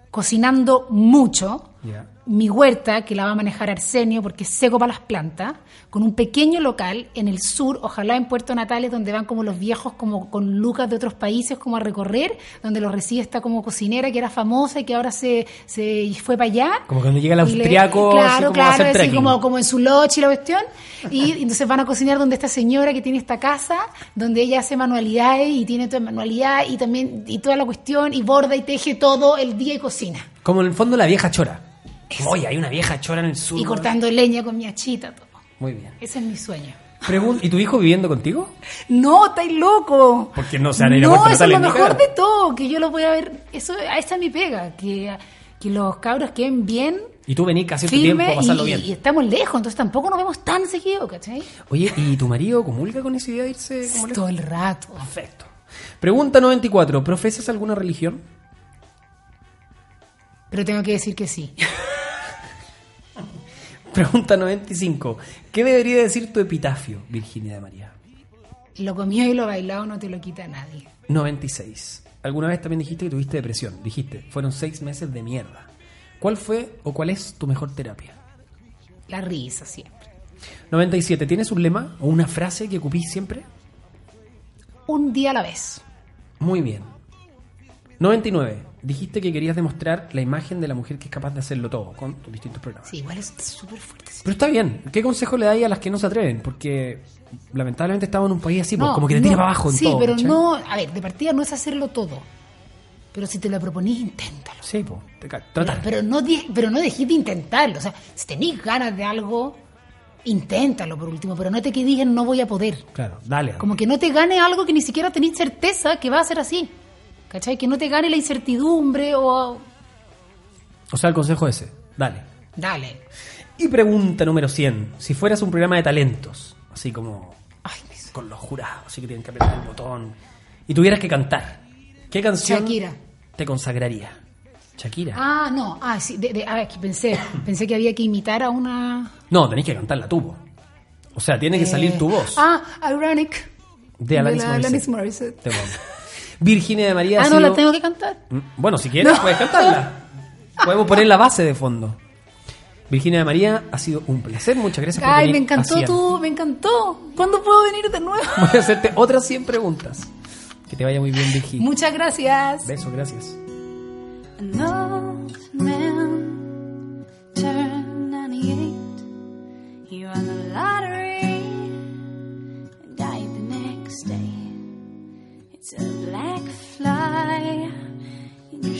cocinando mucho,
Ya.
mi huerta, que la va a manejar Arsenio porque es seco para las plantas, con un pequeño local en el sur, ojalá en Puerto Natales, donde van como los viejos como con lucas de otros países como a recorrer, donde los recibe esta como cocinera que era famosa y que ahora se, se fue para allá.
Como cuando llega el
Y le-
austriaco,
claro,
así como a
claro,
hacer
así
trekking.
como, como en su lodge y la cuestión. Y entonces van a cocinar donde esta señora que tiene esta casa, donde ella hace manualidades y tiene toda manualidad y también y toda la cuestión y borda y teje todo el día y cocina.
Como en el fondo la vieja chora. Como, Oye, hay una vieja chora en el sur.
Y cortando leña con mi achita, todo.
Muy bien.
Ese es mi sueño.
Pregun- ¿Y tu hijo viviendo contigo?
No, estáis loco.
Porque no se van a ir a
No,
Puerto
eso es lo
Natales ni
mejor
cagar.
de todo, que yo lo voy a ver. Eso, a esa es mi pega, que, que los cabros queden bien,
Y tú venís casi tu tiempo a
firmes
pasarlo
y,
bien.
y estamos lejos, entonces tampoco nos vemos tan seguido, ¿cachai?
Oye, ¿y tu marido comulga con esa idea de irse como lejos?
Todo el rato.
Perfecto. Pregunta 94. ¿Profesas alguna religión?
Pero tengo que decir que sí.
Pregunta 95. ¿Qué debería decir tu epitafio, Virginia de María?
Lo comido y lo bailado no te lo quita nadie.
96. Alguna vez también dijiste que tuviste depresión. Dijiste, fueron seis meses de mierda. ¿Cuál fue o cuál es tu mejor terapia?
La risa siempre.
97. ¿Tienes un lema o una frase que ocupís siempre?
Un día a la vez.
Muy bien. 99. Dijiste que querías demostrar la imagen de la mujer que es capaz de hacerlo todo con tus distintos programas.
Sí, igual es súper fuerte. sí.
Pero está bien. ¿Qué consejo le dais a las que no se atreven? Porque lamentablemente estamos en un país así, pues, como que te
no,
tira para abajo en
Sí,
todo.
pero
¿cachai?
no, a ver, de partida no es hacerlo todo. Pero si te lo proponís, inténtalo.
Sí, pues. te ca-
Pero,
Tratar.
pero no, di- pero no dejéis de intentarlo. O sea, si tenéis ganas de algo, inténtalo por último. Pero no te que digan no voy a poder.
Claro, dale.
Como que no te gane algo que ni siquiera tenéis certeza que va a ser así. ¿Cachai? Que no te gane la incertidumbre o...
O sea, el consejo ese. Dale.
Dale.
Y pregunta número 100. Si fueras un programa de talentos, así como
Ay, mis-
con los jurados, así que tienen que apretar el botón, y tuvieras que cantar, ¿qué canción
Shakira.
te consagraría? Shakira.
Ah, no. Ah, sí. De, de- ah, es que pensé. Pensé que había que imitar a una...
No, tenés que cantarla tú. po. O sea, tiene que salir
eh,
tu voz
Ah, Ironic.
de Alanis
la
Morissette.
Alanis Morissette.
Te amo. Virginia de María ha
Ah, no, la
sido-
tengo que cantar.
Mm, Bueno, si quieres,
No.
puedes cantarla. Podemos poner la base de fondo. Virginia de María, ha sido un placer. Muchas gracias por
Ay,
venir
me
a
encantó
Cian.
tú, me encantó. ¿Cuándo puedo venir de nuevo?
Voy a hacerte otras 100 preguntas. Que te vaya muy bien, Virginia.
Muchas gracias.
Besos, gracias.
An old man turned 98. He won the lottery and died the next day. It's a black fly in your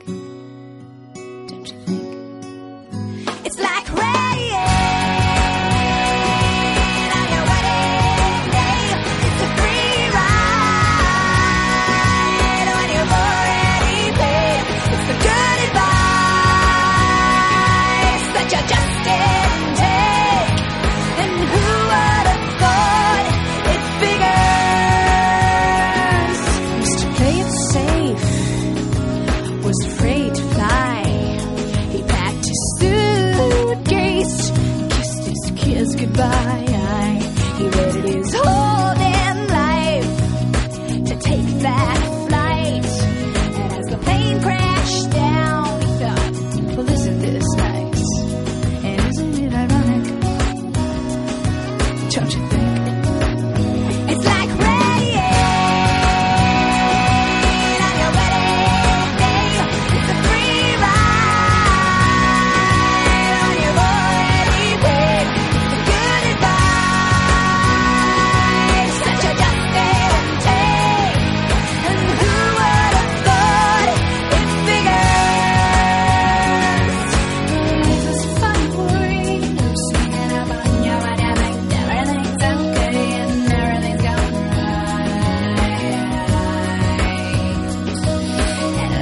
Don't you think? It's like rain. Was afraid to fly. He packed his suitcase, kissed his kids goodbye. He waited his whole damn life to take that flight. And as the plane crashed down, he thought, well, isn't this nice? And isn't it ironic? Don't you think? It's like rain. on your wedding day. It's a free ride on your already paid. Good advice that you just can't take. And who would have thought it figures? But life is fun for you. Singing about your dynamic, everything's okay and everything's going right.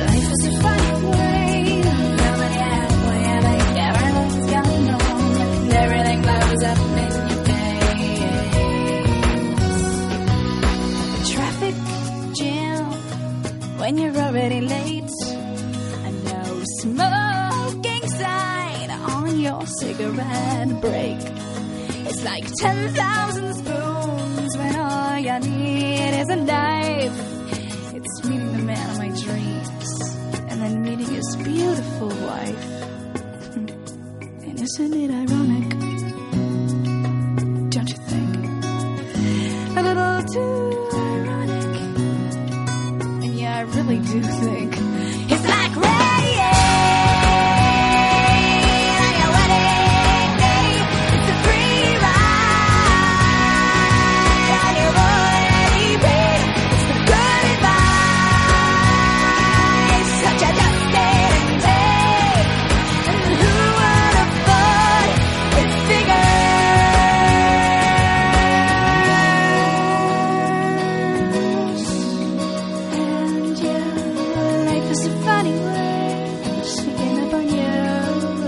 Life is a funny way. Nobody has a way. I think everything's gone wrong. And everything blows up in your face. A traffic jam when you're already late. A no smoking sign on your cigarette break. It's like 10,000 spoons when I need isn't life. It's meeting the man of my dreams, and then meeting his beautiful wife. And isn't it ironic? Don't you think? A little too ironic. And yeah, I really do think it's like rain on your wedding day. It's a free ride on your morning bed. It's the good advice. Such a devastating day. And who would have thought it's bigger? And yeah, life is a funny way. Sneaking up on you.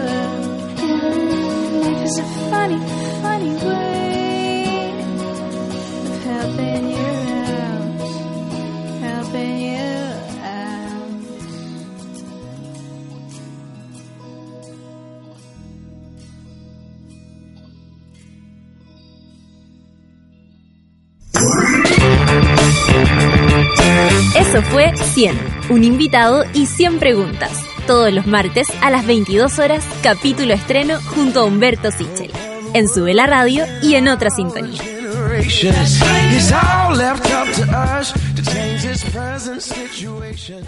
And life is a funny, funny way of helping you out. Helping you out.
Eso fue 100, un invitado y 100 preguntas. Todos los martes a las 22 horas, capítulo estreno junto a Humberto Sichel. En Sube la Radio y en otra sintonía.
generations. It's all left up to us to change this present situation.